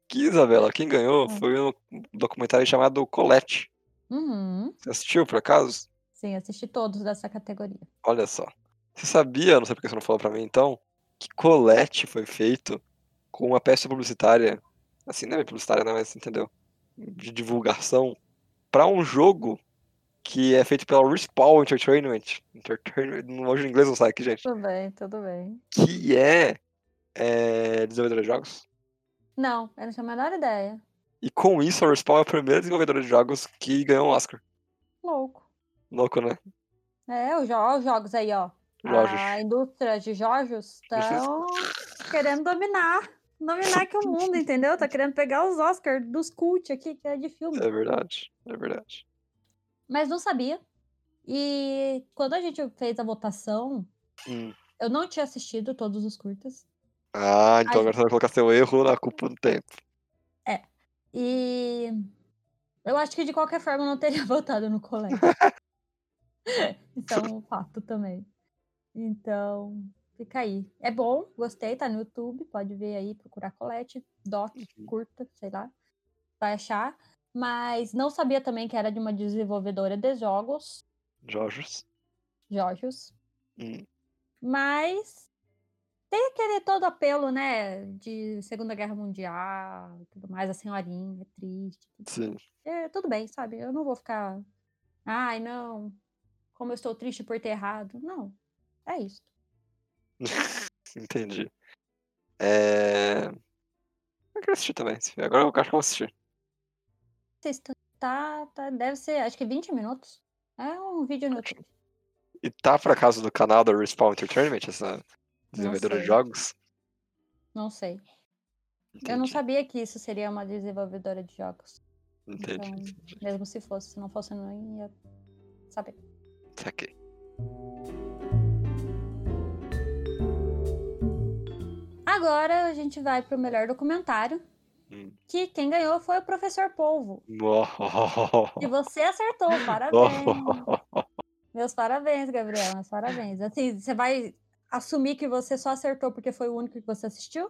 Que Isabela, quem ganhou Hum. foi um documentário chamado Colette. Uhum. Você assistiu, por acaso? Sim, assisti todos dessa categoria. Olha só. Você sabia, não sei porque você não falou pra mim então, que Colette foi feito com uma peça publicitária, assim, não é publicitária, não, mas entendeu? De divulgação pra um jogo que é feito pela Respawn Entertainment. Entertainment, não- hoje o inglês não sai aqui, gente. Tudo bem, tudo bem. Que é, é desenvolvedora de jogos. Não, eu não tinha a menor ideia. E com isso, a Respawn é a primeira desenvolvedora de jogos que ganhou um Oscar. Louco. Louco, né? É, os, jo ó os jogos aí, ó. Jogos. A indústria de jogos estão querendo dominar. Dominar aqui o mundo, entendeu? Tá querendo pegar os Oscars dos cult aqui, que é de filme. É verdade, é verdade. Mas não sabia. E quando a gente fez a votação, Hum. eu não tinha assistido todos os curtas. Ah, Ai. então agora você vai colocar seu erro na culpa do tempo. E eu acho que de qualquer forma eu não teria votado no colega. então, fato também. Então, fica aí. É bom, gostei, tá no YouTube, pode ver aí, procurar Colete, doc, curta, sei lá, vai achar. Mas não sabia também que era de uma desenvolvedora de jogos, Jojos. Jojos. Hum. Mas tem aquele todo apelo, né, de Segunda Guerra Mundial e tudo mais, a senhorinha, é triste. Sim. É, tudo bem, sabe? Eu não vou ficar, ai, não, como eu estou triste por ter errado. Não, é isso. Entendi. É... Eu quero assistir também. esse filme. Agora eu acho que eu vou assistir. Vocês tão- Tá, tá, deve ser, acho que 20 minutos. É um vídeo no YouTube. E tá por acaso do canal da Respawn Entertainment, essa desenvolvedora de sei. jogos? Não sei. Eu não Entendi, sabia que isso seria uma desenvolvedora de jogos. Entendi. Então, mesmo se fosse, se não fosse, eu não ia saber. Saquei. Agora a gente vai pro melhor documentário. Hum. Que quem ganhou foi o professor Polvo. E você acertou, Oh. parabéns. Meus parabéns, Gabriel, meus parabéns. Assim, você vai assumir que você só acertou porque foi o único que você assistiu?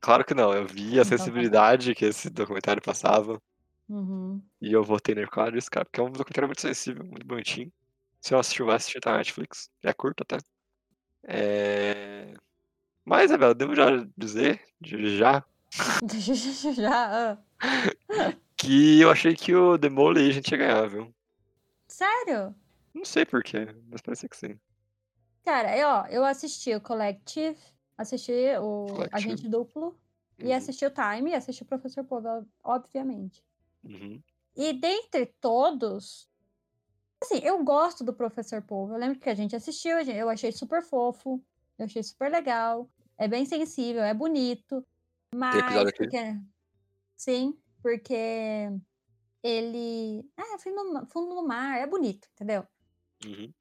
Claro que não. Eu vi a Então tá bom. sensibilidade que esse documentário passava. Uhum. E eu votei nele por causa disso, cara. Porque é um documentário muito sensível, muito bonitinho. Se eu assistir, vai assistir, tá na Netflix. É curto até. É... Mas, é, Isabela, devo já dizer, de já, Já. ah. que eu achei que o Demolition ia ganhar, viu? Sério? Não sei porquê, mas parece que sim. Cara, eu, ó, eu assisti o Collective, assisti o Collective. Agente Duplo, e é Uhum, assisti o Time, e assisti o Professor Povel, obviamente. assim. uhum. E dentre todos, assim, eu gosto do Professor Povo. Eu lembro que a gente assistiu, a gen- eu achei super fofo, eu achei super legal, é bem sensível, é bonito, Tem episódio mas aqui? porque sim, porque ele, ah, é fundo do ma- fundo do mar, é bonito, entendeu? uhum.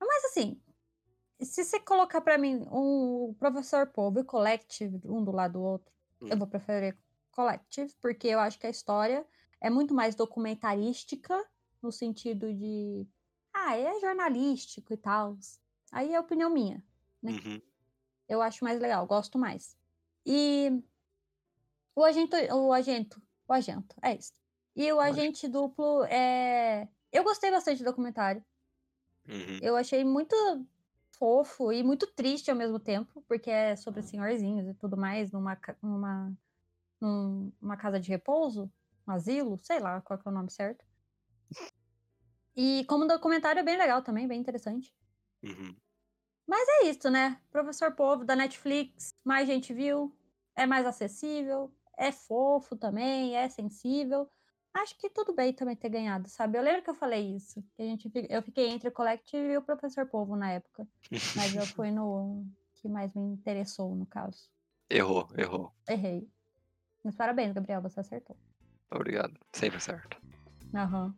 Mas assim, se você colocar pra mim um, o Professor Povo e o Collective um do lado do outro, eu Hum. vou preferir Collective, porque eu acho que a história é muito mais documentarística, no sentido de, ah, é jornalístico e tal. Aí é opinião minha. né? uhum. Eu acho mais legal, gosto mais. E o agente, o agente, o agento, é isso. E o Agente. agente duplo é. Eu gostei bastante do documentário. Uhum. Eu achei muito fofo e muito triste ao mesmo tempo, porque é sobre senhorzinhos e tudo mais, numa, ca- numa, num- numa casa de repouso, um asilo, sei lá qual que é o nome certo. E como documentário é bem legal também, bem interessante. uhum. É isso, né? Professor Povo da Netflix, mais gente viu, é mais acessível, é fofo também, é sensível. Acho que tudo bem também ter ganhado, sabe? Eu lembro que eu falei isso. Que a gente, fi- eu fiquei entre o Collective e o Professor Povo na época. Mas eu fui no que mais me interessou, no caso. Errou, errou. Errei. Mas parabéns, Gabriel, você acertou. Obrigado. Sempre certo. Aham.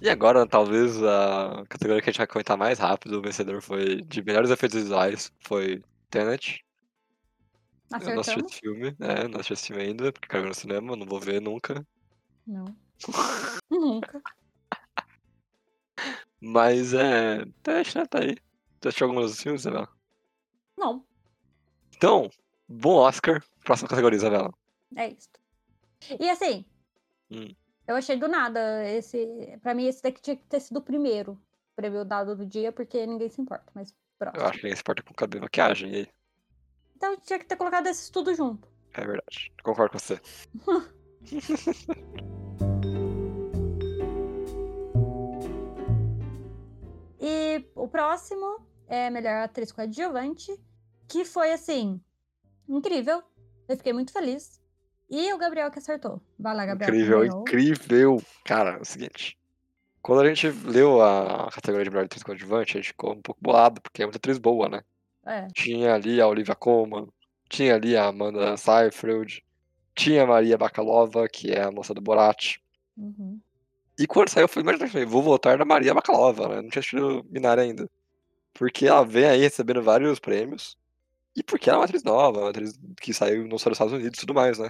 E agora, talvez a categoria que a gente vai comentar mais rápido, o vencedor foi de melhores efeitos visuais, foi Tenet. Eu não assisti Acertamos? esse É filme, né? Não assisti esse filme ainda, porque caiu no cinema, não vou ver nunca. Não. Nunca. Mas é. Tenet, né? Tá aí. Você assistiu alguns dos filmes, Isabela? Não, Então, bom Oscar. Próxima categoria, Isabela. é isso. E assim, Hum. eu achei do nada esse. Pra mim, esse daqui tinha que ter sido o primeiro preview dado do dia, porque ninguém se importa, mas Eu próximo. acho que ninguém se importa com cabelo e maquiagem, e aí? Então eu tinha que ter colocado esses tudo junto. É verdade. Concordo com você. E o próximo é melhor atriz coadjuvante, que foi assim, incrível. Eu fiquei muito feliz. E o Gabriel que acertou. Vai lá, Gabriel. Incrível, combinou. incrível. Cara, é o seguinte. Quando a gente leu a categoria de melhor atriz coadjuvante, a gente ficou um pouco bolado, porque é muita atriz boa, né? É, Tinha ali a Olivia Colman, tinha ali a Amanda Seyfried, tinha a Maria Bakalova, que é a moça do Borat. uhum. E quando saiu, eu falei, mas eu falei, vou votar na Maria Bakalova, né? Não tinha assistido Minari ainda. Porque ela vem aí recebendo vários prêmios, e porque ela é uma atriz nova, uma atriz que saiu não só dos Estados Unidos e tudo mais, né?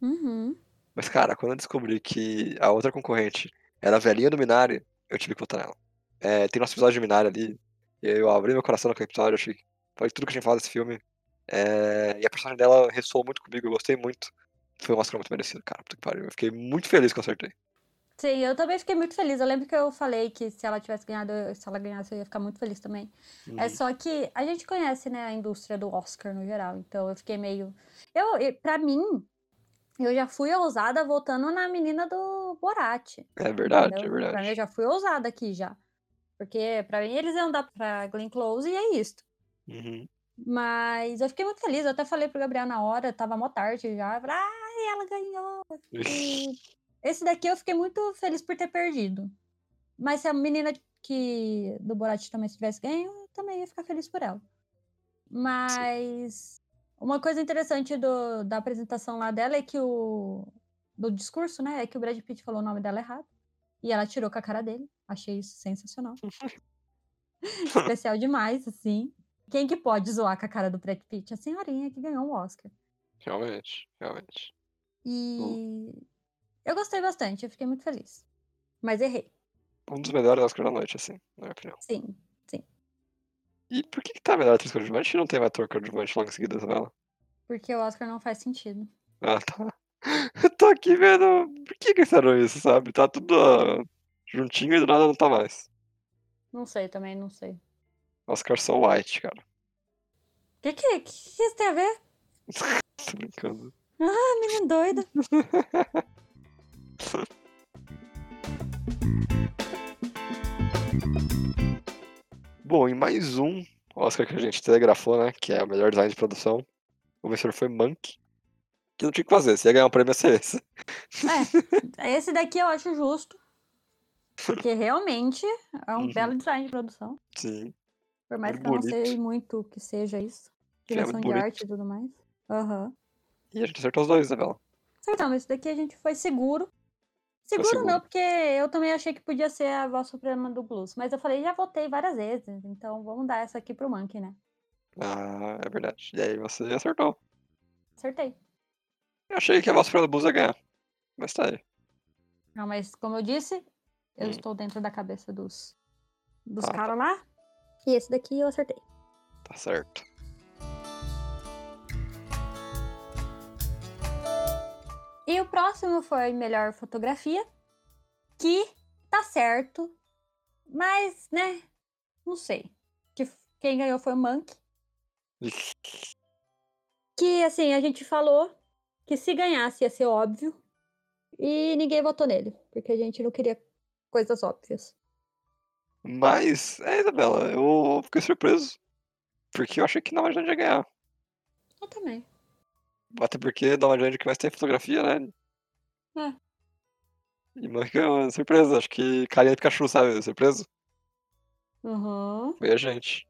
Uhum. Mas, cara, quando eu descobri que a outra concorrente era a velhinha do Minari, eu tive que votar nela. É, tem nosso episódio de Minari ali, e eu abri meu coração naquele episódio, achei que falei tudo que eu tinha falado desse filme. É, e a personagem dela ressoou muito comigo, eu gostei muito. Foi um Oscar muito merecido, cara. Puta que pariu. Eu fiquei muito feliz que eu acertei. Sim, eu também fiquei muito feliz. Eu lembro que eu falei que se ela tivesse ganhado, eu- se ela ganhasse, eu ia ficar muito feliz também. É Uhum. só que a gente conhece, né, a indústria do Oscar no geral, então eu fiquei meio. Eu, e- pra mim, eu já fui ousada voltando na menina do Borat. É verdade, é entendeu? Pra mim, eu verdade. já fui ousada aqui já. Porque pra mim eles iam dar pra Glenn Close e é isso. Uhum. Mas eu fiquei muito feliz, eu até falei pro Gabriel na hora, tava mó tarde já. eu falei, Ai, ela ganhou! E esse daqui eu fiquei muito feliz por ter perdido. Mas se a menina que do Borat também tivesse ganho, eu também ia ficar feliz por ela. Mas uma coisa interessante do- da apresentação lá dela é que o. Do discurso, né? É que o Brad Pitt falou o nome dela errado. E ela tirou com a cara dele. Achei isso sensacional. Especial demais, assim. Quem que pode zoar com a cara do Brad Pitt? A senhorinha que ganhou o Oscar. Realmente, realmente. E eu gostei bastante, eu fiquei muito feliz. Mas errei, Um dos melhores Oscars da noite, assim, na minha opinião. sim. E por que, que tá a melhor atriz coadjuvante e não tem um ator coadjuvante logo em seguida dela? Porque o Oscar não faz sentido. Ah, tá. Eu tô aqui vendo. Por que que fizeram isso, sabe? Tá tudo ah, juntinho e do nada não tá mais. Não sei também, não sei. Oscar só White, cara. O que, que, que que isso tem a ver? Tô brincando. Ah, menino doido. Bom, e mais um Oscar que a gente telegrafou, né? Que é o melhor design de produção. O vencedor foi Monk. Que não tinha o que fazer, se ia ganhar um prêmio ia ser esse. É, esse daqui eu acho justo. Porque realmente é um Uhum. belo design de produção. Sim. Por mais Muito que eu não sei bonito. muito o que seja isso. Que é Direção muito de bonito. arte e tudo mais. Aham. E a gente acertou os dois, né, Bela? Então, mas isso daqui a gente foi seguro. Seguro, seguro. não, porque eu também achei que podia ser a voz suprema do blues. Mas eu falei, já votei várias vezes, então vamos dar essa aqui pro Monkey, né? Ah, é verdade. E aí você acertou. Acertei. Eu achei que a Vossa Blues ia ganhar. Mas tá aí. Não, mas como eu disse, eu Hum. estou dentro da cabeça dos, dos Ah, tá. caras lá. E esse daqui eu acertei. Tá certo. E o próximo foi melhor fotografia, que tá certo, mas, né, não sei. Que f- quem ganhou foi o Monk. Que, assim, a gente falou que se ganhasse ia ser óbvio, e ninguém votou nele, porque a gente não queria coisas óbvias. Mas, é, Isabela, eu fiquei surpreso. Porque eu achei que Nova Jane ia ganhar. Eu também. Até porque Nova Jane que mais tem fotografia, né? É. E Monkey ganhou, surpresa. Acho que Carinha de Pikachu, sabe? é Surpresa. Uhum. Foi a gente.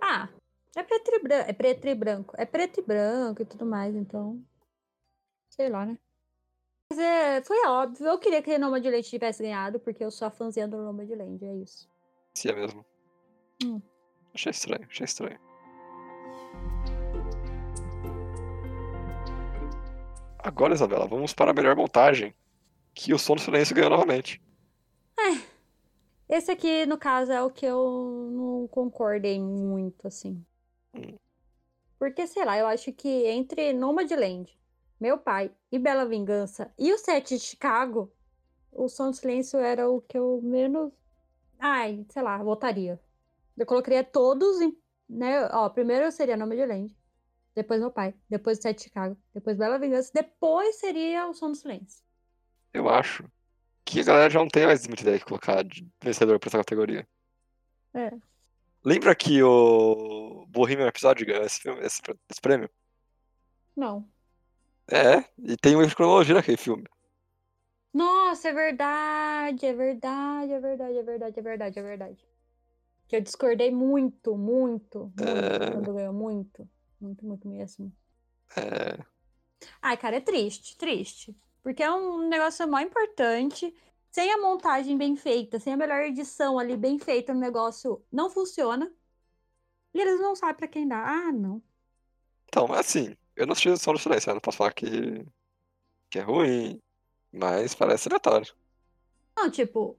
Ah, é preto, e branco, é preto e branco. É preto e branco e tudo mais, então. Sei lá, né? Mas é, foi óbvio. Eu queria que Noma de Leite tivesse ganhado, porque eu sou a fãzinha do Noma de Leite, é isso. Se é mesmo. Hum. Achei estranho, achei estranho. Agora, Isabela, vamos para a melhor montagem. Que o som do silêncio ganhou novamente. Esse aqui, no caso, é o que eu não concordei muito, assim. Hum. Porque, sei lá, eu acho que entre Nomadland, Meu Pai e Bela Vingança e o set de Chicago, o Som do Silêncio era o que eu menos... Ai, sei lá, votaria. Eu colocaria todos em... Né? Ó, primeiro seria Nomadland, depois Meu Pai, depois o set de Chicago, depois Bela Vingança, depois seria o Som do Silêncio. Eu acho que a galera já não tem mais muita ideia que colocar de vencedor pra essa categoria. É. Lembra que o Bohemian Rhapsody ganhou esse, filme- esse pr- esse prêmio? Não. É, e tem uma cronologia naquele filme. Nossa, é verdade, é verdade, é verdade, é verdade, é verdade, é verdade. Que eu discordei muito, muito, muito É. quando ganhou, muito, muito, muito mesmo. É, Ai, cara, é triste, triste. Porque é um negócio mó importante. Sem a montagem bem feita, sem a melhor edição ali bem feita, o negócio não funciona. E eles não sabem pra quem dá. Ah, não. Então, mas assim, eu não assisti o som do silêncio, eu não posso falar que, que é ruim, mas parece aleatório. Não, tipo,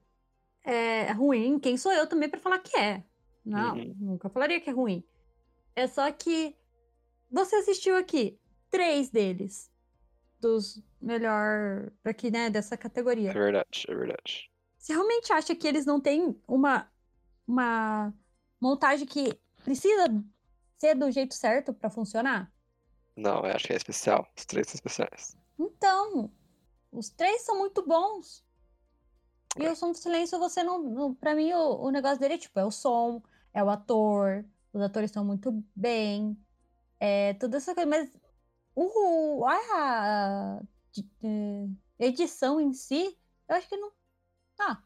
é ruim. Quem sou eu também pra falar que é? Não, Uhum. nunca falaria que é ruim. É só que você assistiu aqui três deles dos melhor aqui, né, dessa É categoria. verdade, é verdade. Você realmente acha que eles não têm uma uma montagem que precisa ser do jeito certo pra funcionar? Não, eu acho que é especial. Os três são especiais. Então, os três são muito bons. E o som do silêncio, você não. não para mim, o, o negócio dele é tipo, é o som, é o ator, os atores estão muito bem, é toda essa coisa, mas o, a de- de- edição em si, eu acho que não. Ah,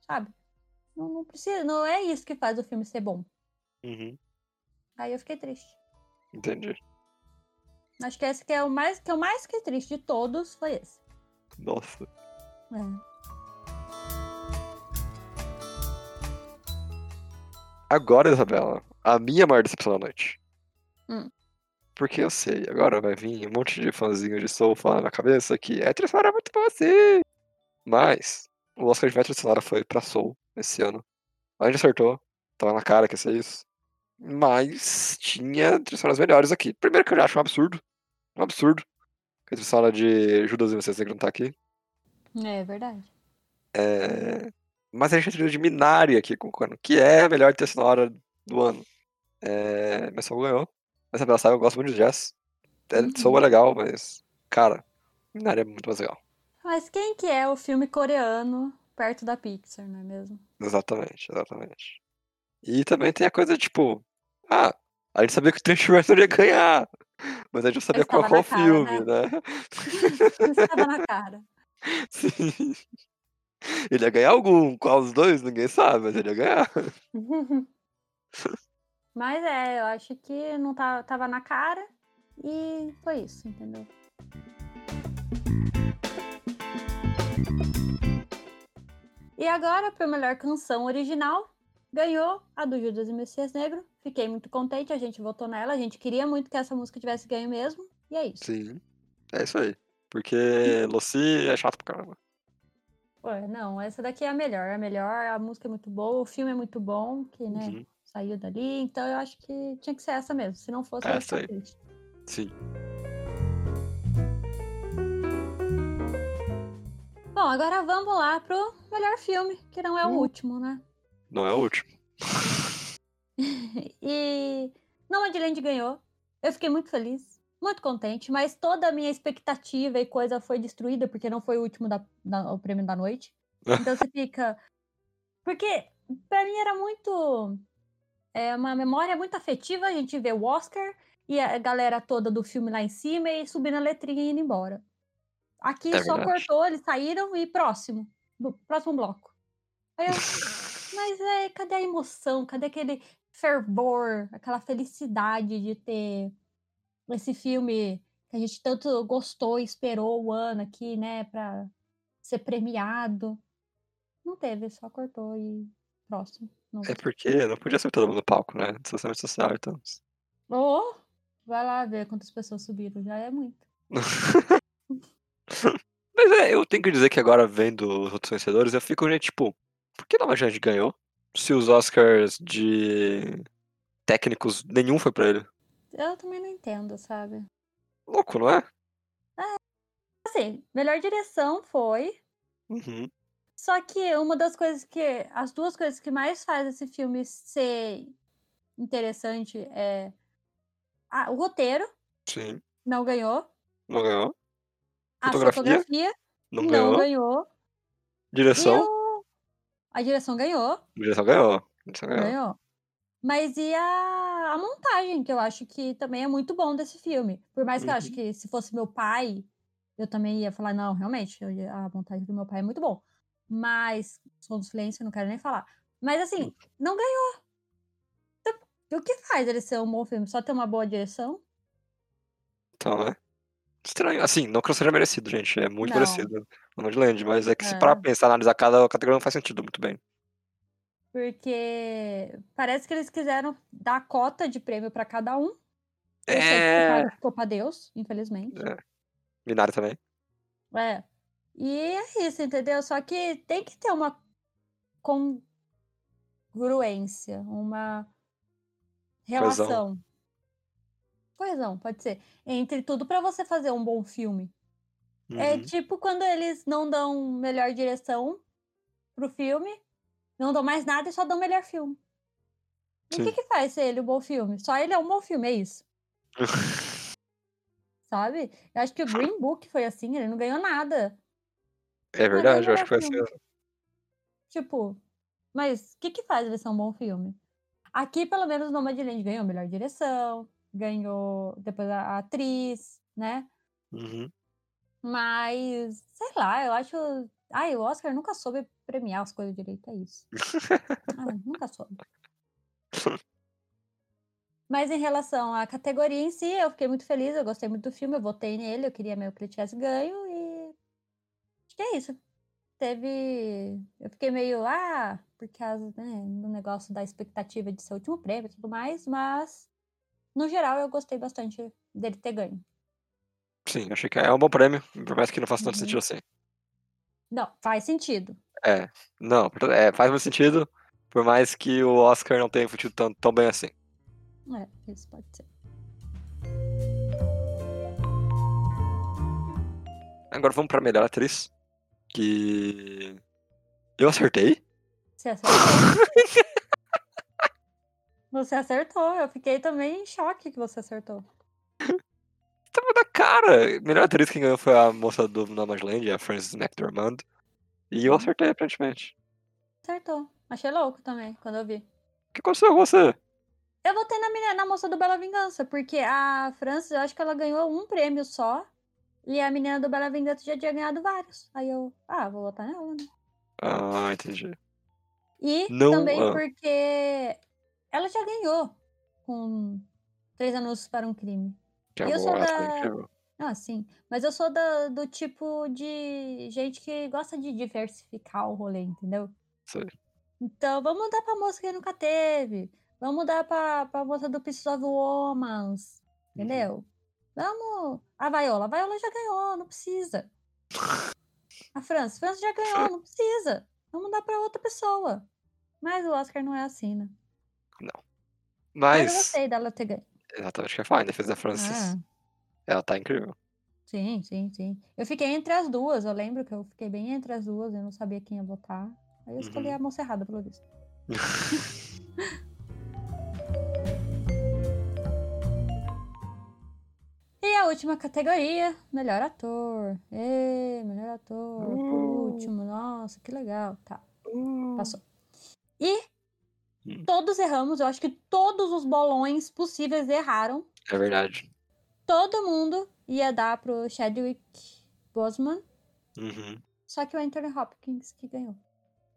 sabe? Não, não precisa, não é isso que faz o filme ser bom. Uhum, Aí eu fiquei triste. entendi. Acho que esse que é o mais que eu mais fiquei triste de todos foi esse. Nossa. É. Agora, Isabela, a minha maior decepção da noite. Hum. Porque eu sei, agora vai vir um monte de fãzinho de Soul falando na cabeça que é Trilha muito bom assim. Mas, o Oscar de Metro Sonora foi pra Soul esse ano. A gente acertou, tava na cara que ia ser isso. Mas tinha trilhas sonoras melhores aqui. Primeiro que eu já acho um absurdo. Um absurdo. Que a trilha sonora de Judas e vocês que não tá aqui. É verdade. É, Mas a gente trilha de Minari aqui com Kano, que é a melhor trilha sonora do ano. É... Mas só ganhou. Mas a Bela sabe, eu gosto muito de jazz. É, Uhum. soa legal, mas, cara, Minari é muito mais legal. Mas quem que é o filme coreano perto da Pixar, não é mesmo? Exatamente, exatamente. E também tem a coisa, tipo, ah, a gente sabia que o Transformers ia ganhar, mas a gente não sabia qual, estava qual na cara, filme, né? Estava na cara. Sim. Ele ia ganhar algum, qual os dois, ninguém sabe, mas ele ia ganhar. Mas é, eu acho que não tá, tava na cara e foi isso, entendeu? E agora, para melhor canção original, ganhou a do Judas e o Messias Negro. Fiquei muito contente, a gente votou nela, a gente queria muito que essa música tivesse ganho mesmo, e é isso. Sim. É isso aí. Porque Lucy é chato pra caramba. Pô, não, essa daqui é a melhor, é a melhor, a música é muito boa, o filme é muito bom, que, né, Uhum. saiu dali, então eu acho que tinha que ser essa mesmo, se não fosse... eu ia É, Essa ficar aí. triste. Sim. Bom, agora vamos lá pro melhor filme, que não é o Hum. último, né? Não é o último. E Nomadland ganhou. Eu fiquei muito feliz, muito contente, mas toda a minha expectativa e coisa foi destruída porque não foi o último da, da- o prêmio da noite. Então você fica porque pra mim era muito é uma memória muito afetiva a gente vê o Oscar e a galera toda do filme lá em cima e subindo a letrinha e indo embora. Aqui É só verdade. cortou, eles saíram e próximo, do próximo bloco. Aí eu, mas é, cadê a emoção? Cadê aquele fervor, aquela felicidade de ter esse filme que a gente tanto gostou e esperou o ano aqui, né, pra ser premiado? Não teve, só cortou e próximo. Não É porque não podia ser todo mundo no palco, né? Distanciamento social, então. Oh, vai lá ver quantas pessoas subiram, já é muito. Mas é, eu tenho que dizer que agora vendo os outros vencedores, eu fico, né, tipo, por que Nova Gente ganhou? Se os Oscars de técnicos, nenhum foi pra ele. Eu também não entendo, sabe? Louco, não é? Assim, melhor direção foi. Uhum. Só que uma das coisas que. As duas coisas que mais faz esse filme ser interessante é. Ah, o roteiro Sim. não ganhou. Não ganhou. A Fotografia? fotografia Não, ganhou. ganhou. Direção. E o... a direção ganhou. Direção ganhou. Direção ganhou. Ganhou. Mas e a, a montagem, que eu acho que também é muito bom desse filme. Por mais que eu acho Uhum. que se fosse meu pai, eu também ia falar, não, realmente, eu ia- a montagem do meu pai é muito bom. Mas, som do silêncio, eu não quero nem falar. Mas assim, não ganhou. Então, o que faz ele ser um bom filme? Só ter uma boa direção? Então, né? Estranho. Assim, não que não seja merecido, gente. É muito Não. merecido. O Nomadland, mas é que se É. parar pra pensar, analisar cada categoria não faz sentido muito bem. Porque parece que eles quiseram dar cota de prêmio pra cada um. Eu sei que É. ficou- Ficou pra Deus, infelizmente. Minari também. É. E é isso, entendeu? Só que tem que ter uma congruência, uma Coesão. relação. Coesão, pode ser. Entre tudo pra você fazer um bom filme. É Uhum. tipo quando eles não dão melhor direção pro filme, não dão mais nada e só dão melhor filme. E o que, Sim. que faz ser ele um bom filme? Só ele é um bom filme, é isso. Sabe? Eu acho que o Green Book foi assim, ele não ganhou nada. É verdade, eu melhor acho que vai ser. filme. Tipo, mas o que que faz ele ser um bom filme? Aqui, pelo menos, Nomadland ganhou melhor direção, ganhou depois a a atriz, né? Uhum. Mas, sei lá, eu acho... Ai, o Oscar nunca soube premiar as coisas direito, é isso. Ai, nunca soube. Mas em relação à categoria em si, eu fiquei muito feliz, eu gostei muito do filme, eu votei nele, eu queria meio que ele tivesse ganho e acho que é isso. Teve. Eu fiquei meio, ah, por causa né, do negócio da expectativa de ser o último prêmio e tudo mais, mas no geral eu gostei bastante dele ter ganho. Sim, achei que é um bom prêmio, por mais que não faça tanto Uhum. sentido assim. Não, faz sentido. É, não, portanto, é, faz muito sentido, por mais que o Oscar não tenha futido tão, tão bem assim. É, isso pode ser. Agora vamos pra melhor atriz, que eu acertei. Você acertou. você acertou, eu fiquei também em choque que você acertou. Cara, melhor atriz que ganhou foi a moça do Nomadland, a Frances McDormand. E eu acertei, aparentemente. Acertou. Achei louco também, quando eu vi. O que aconteceu com você? Eu votei na, menina, na moça do Bela Vingança, porque a Frances, eu acho que ela ganhou um prêmio só. E a menina do Bela Vingança já tinha ganhado vários. Aí eu, ah, vou votar nela, né? Ah, entendi. E Não, também ah. porque ela já ganhou com três anúncios para um crime. Que Eu amor, sou ela da- foi incrível. Ah, sim. Mas eu sou da- do tipo de gente que gosta de diversificar o rolê, entendeu? Sei. Então, vamos dar pra moça que nunca teve. Vamos dar pra, pra moça do Piece of Woman's, entendeu? Vamos... A Vaiola. A Vaiola já ganhou, não precisa. A França. A França já ganhou, não precisa. Vamos dar pra outra pessoa. Mas o Oscar não é assim, né? Mas, eu Mas, gostei dela ter ganho. exatamente o que eu ia falar, em defesa da Francis. Ah, Ela tá incrível. sim, sim, sim. Eu fiquei entre as duas, eu lembro que eu fiquei bem entre as duas, eu não sabia quem ia votar. Aí eu escolhi Uhum. a moça errada, pelo visto. e a última categoria, melhor ator. Ê, melhor ator, por Uh. último, nossa, que legal. Tá. Passou. Hum. Todos erramos, eu acho que todos os bolões possíveis erraram. É verdade. Todo mundo ia dar pro Chadwick Boseman, Uhum. só que o Anthony Hopkins que ganhou.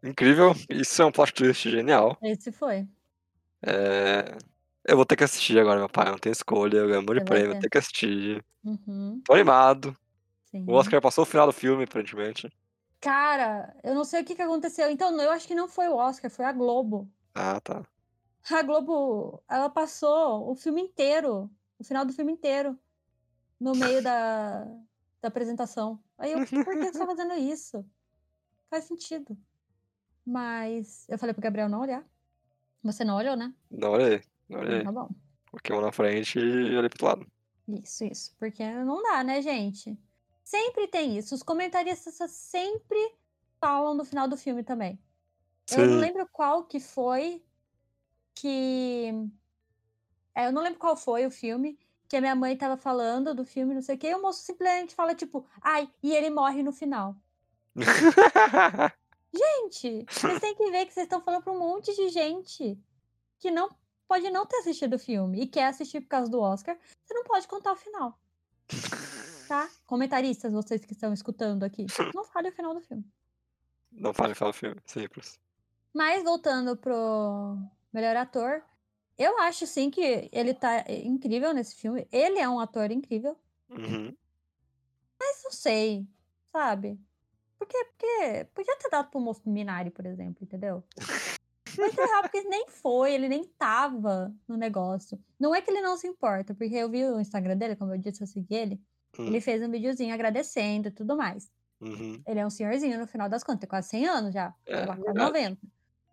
Incrível. Isso é um plot twist genial. Esse foi. É, Eu vou ter que assistir agora, meu pai. Não tem escolha. Eu ganho um monte de Você vai prêmio. Vou ter. ter que assistir. Uhum, Tô animado. sim. O Oscar passou o final do filme, aparentemente. Cara, eu não sei o que, que aconteceu. Então, eu acho que não foi o Oscar, foi a Globo. Ah, tá. A Globo, ela passou o filme inteiro, o final do filme inteiro, no meio da, da apresentação. Aí eu, por que você tá fazendo isso? Faz sentido. Mas eu falei pro Gabriel não olhar. Você não olhou, né? Não olhei. Não Ah, olhei. Tá bom. Coloquei uma na frente e olhei pro outro lado. Isso, isso. Porque não dá, né, gente? Sempre tem isso. Os comentaristas sempre falam no final do filme também. Eu não Sim. lembro qual que foi que. É, eu não lembro qual foi o filme que a minha mãe tava falando do filme, não sei o quê, e o moço simplesmente fala, tipo, ai, e ele morre no final. Gente, vocês têm que ver que vocês estão falando pra um monte de gente que não pode não ter assistido o filme e quer assistir por causa do Oscar. Você não pode contar o final, tá? Comentaristas, vocês que estão escutando aqui, não fale o final do filme. Não fale o final do filme. Simples. Mas voltando pro melhor ator, eu acho sim que ele tá incrível nesse filme. Ele é um ator incrível, Uhum. mas não sei, sabe? Porque, porque podia ter dado pro Moço Minari, por exemplo, entendeu? Mas é real, porque nem foi, ele nem tava no negócio. Não é que ele não se importa, porque eu vi o Instagram dele, como eu disse, eu segui ele. Hum. Ele fez um videozinho agradecendo e tudo mais. Uhum. Ele é um senhorzinho no final das contas, tem quase 100 anos já. É, sei lá, quase verdade. 90.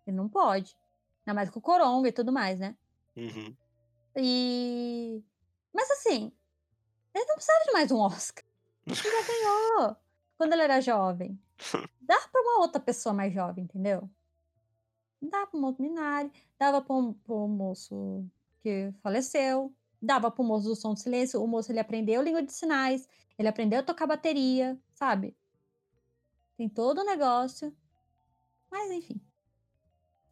Ele não pode. Ainda mais com o coronga e tudo mais, né? Uhum. E. Mas assim, ele não precisava de mais um Oscar. Ele já ganhou quando ele era jovem. Dá pra uma outra pessoa mais jovem, entendeu? Dá pra um outro Minari, dava pra um, pro moço que faleceu, dava pro moço do som do silêncio. O moço ele aprendeu língua de sinais, ele aprendeu a tocar bateria, sabe? Tem todo o negócio. Mas enfim.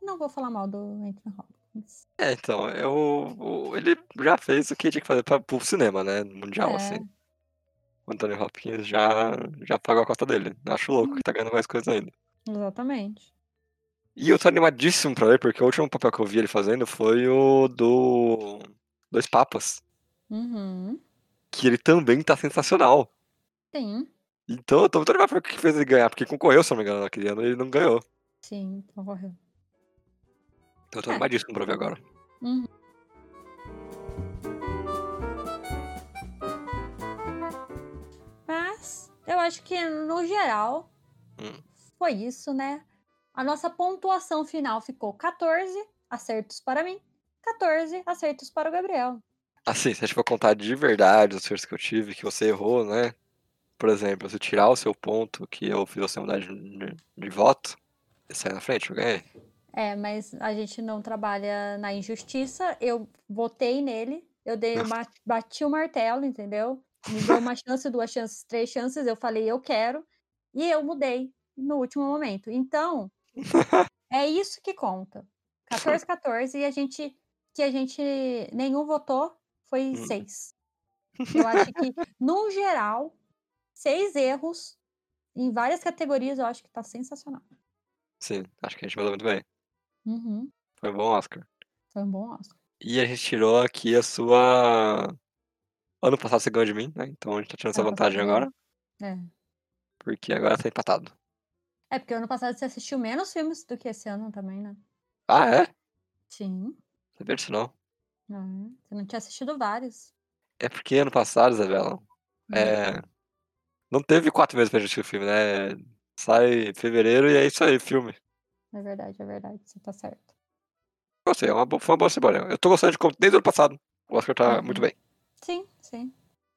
Não vou falar mal do Anthony Hopkins. É, então, eu, o- ele já fez o que tinha que fazer pra, pro cinema, né? Mundial, É. assim. O Anthony Hopkins já, já pagou a cota dele. Acho louco que tá ganhando mais coisa ainda. Exatamente. E eu tô animadíssimo pra ver, porque o último papel que eu vi ele fazendo foi o do Dois Papas, Uhum. que ele também tá sensacional. Sim, Então eu tô muito animado pra ver o que fez ele ganhar, porque concorreu, se eu não me engano, naquele ano e ele não ganhou. sim, concorreu. Então eu tô É. animadíssimo pra ver agora. Uhum. Mas eu acho que no geral Hum. foi isso, né? A nossa pontuação final ficou 14 acertos para mim, 14 acertos para o Gabriel. Assim, se a gente for contar de verdade os erros que eu tive, que você errou, né? Por exemplo, se tirar o seu ponto que eu fiz você mudar de, de, de voto, você sai na frente, eu ganhei. É, mas a gente não trabalha na injustiça. Eu votei nele, eu dei, eu bati o martelo, entendeu? me deu uma chance, duas chances, três chances, eu falei, eu quero, e eu mudei no último momento. Então, é isso que conta. 14, 14, e a gente, que a gente, nenhum votou, foi Hum. seis. Eu acho que, no geral, seis erros em várias categorias, eu acho que tá sensacional. Sim, acho que a gente mandou muito bem. Uhum, Foi um bom Oscar. foi um bom Oscar. E a gente tirou aqui a sua. Ano passado você ganhou de mim, né? Então a gente tá tirando essa Ano passado vantagem ganhou. agora. É. Porque agora tá empatado. É porque ano passado você assistiu menos filmes do que esse ano também, né? Ah, é? Sim. Sabia disso não? Uhum. Você não tinha assistido vários. É porque ano passado, Isabela, Hum. é, não teve quatro meses pra gente assistir o filme, né? Sai em fevereiro e é isso aí, filme. É verdade, é verdade. Você tá certo. Eu sei, é uma boa, foi uma boa semana. Eu tô gostando de como desde o ano passado. O Oscar tá Uhum. muito bem. Sim, sim.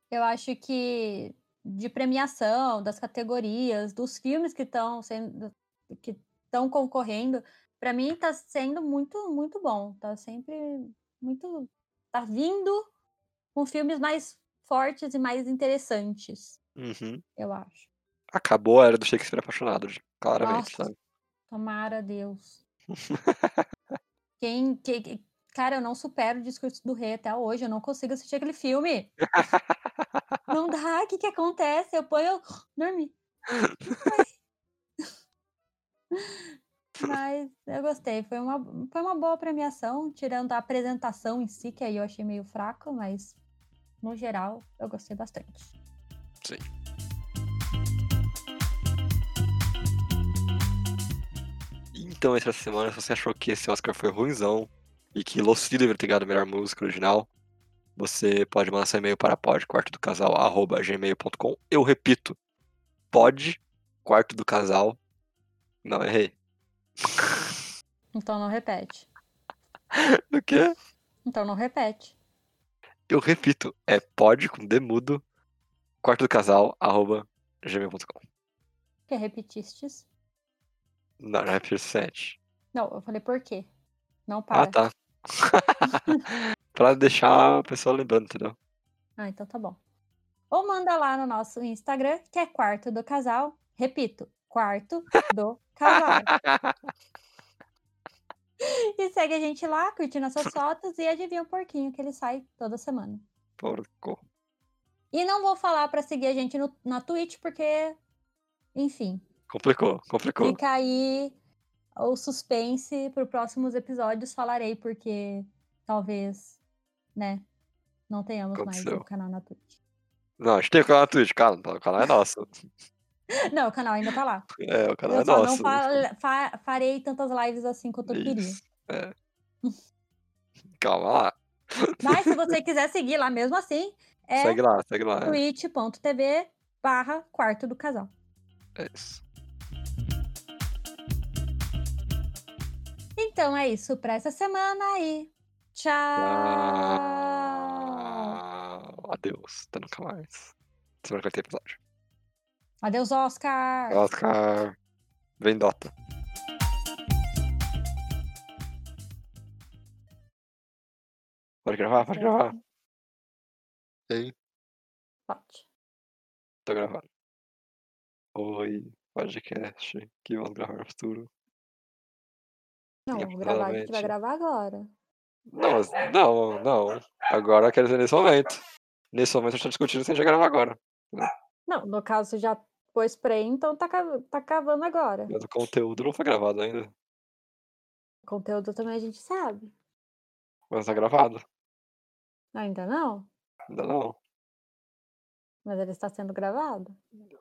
Eu acho que de premiação, das categorias, dos filmes que estão sendo que estão concorrendo, pra mim tá sendo muito muito bom. Tá sempre muito tá vindo com filmes mais fortes e mais interessantes, Uhum. eu acho. Acabou a era do Shakespeare apaixonado, de- claramente, Nossa. tá? sabe? Tomara Deus. Quem, que, que- cara, eu não supero o discurso do rei até hoje. Eu não consigo assistir aquele filme. Não dá. O que, que acontece? Eu ponho. Eu dormi. Mas eu gostei. Foi uma, foi uma boa premiação, tirando a apresentação em si, que aí eu achei meio fraca, mas no geral eu gostei bastante. Sim. Então, essa semana, se você achou que esse Oscar foi ruinzão e que Lucy deveria ter ganhado a melhor música original, você pode mandar seu e-mail para podquartodocasal.gmail.com. Eu repito, pod, quarto do casal. Não, errei. Então não repete. Do quê? Então não repete. Eu repito, é pod com demudo, quarto do casal, arroba gmail.com. Porque repetistes. Não, não é por sete. Não, eu falei por quê? Não para. Ah, tá. pra deixar a pessoa lembrando, entendeu? Ah, então tá bom. Ou manda lá no nosso Instagram, que é quarto do casal. Repito, quarto do casal. e segue a gente lá, curte nossas fotos e adivinha o porquinho que ele sai toda semana. Porco. E não vou falar pra seguir a gente no, na Twitch, porque, enfim, Complicou, complicou. fica aí o suspense para próximos episódios. Falarei, porque talvez, né, não tenhamos mais Aconteceu. o canal na Twitch. Não, a gente tem o canal na Twitch, cara. O canal é nosso. Não, o canal ainda tá lá. É, o canal eu é só nosso. não fa- fa- farei tantas lives assim quanto eu queria. Isso, é. Calma lá. Mas se você quiser seguir lá mesmo assim, é Segue lá, segue lá. é. twitch.tv barra quarto do casal. É isso. Então é isso pra essa semana e tchau! Tchau. Adeus. Até nunca mais. Semana que vai ter episódio. Adeus, Oscar! Oscar. Vem Dota. Pode gravar, pode gravar. Ei, Pode. tô gravando. Oi, podcast que vamos gravar no futuro. Não, vou gravar, a gente vai Claramente. gravar agora. Não, mas- não, não. Agora eu quero dizer nesse momento. Nesse momento a gente tá discutindo se a gente vai gravar agora. Não, no caso já pôs play, então tá, ca- tá cavando agora. Mas o conteúdo não foi gravado ainda. O conteúdo também a gente sabe. Mas tá gravado. Ainda não, Ainda não. mas ele está sendo gravado.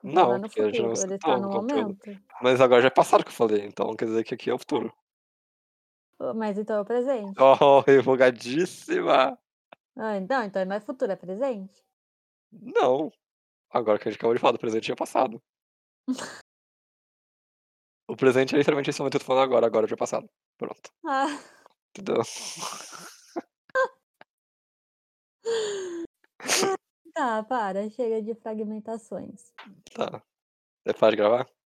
Não, é no porque a gente não futuro, ele está escutou no o conteúdo. momento. Mas agora já é passado o que eu falei, então quer dizer que aqui é o futuro. Ah, Mas então é o presente. Oh, revogadíssima! Ah, então, então não é futuro, é presente. Não. Agora que a gente acabou de falar do presente já é passado. o presente é literalmente esse momento que eu tô falando agora, agora já é passado. Pronto. Ah, Entendeu? tá, para, chega de fragmentações. Tá. É fácil de gravar?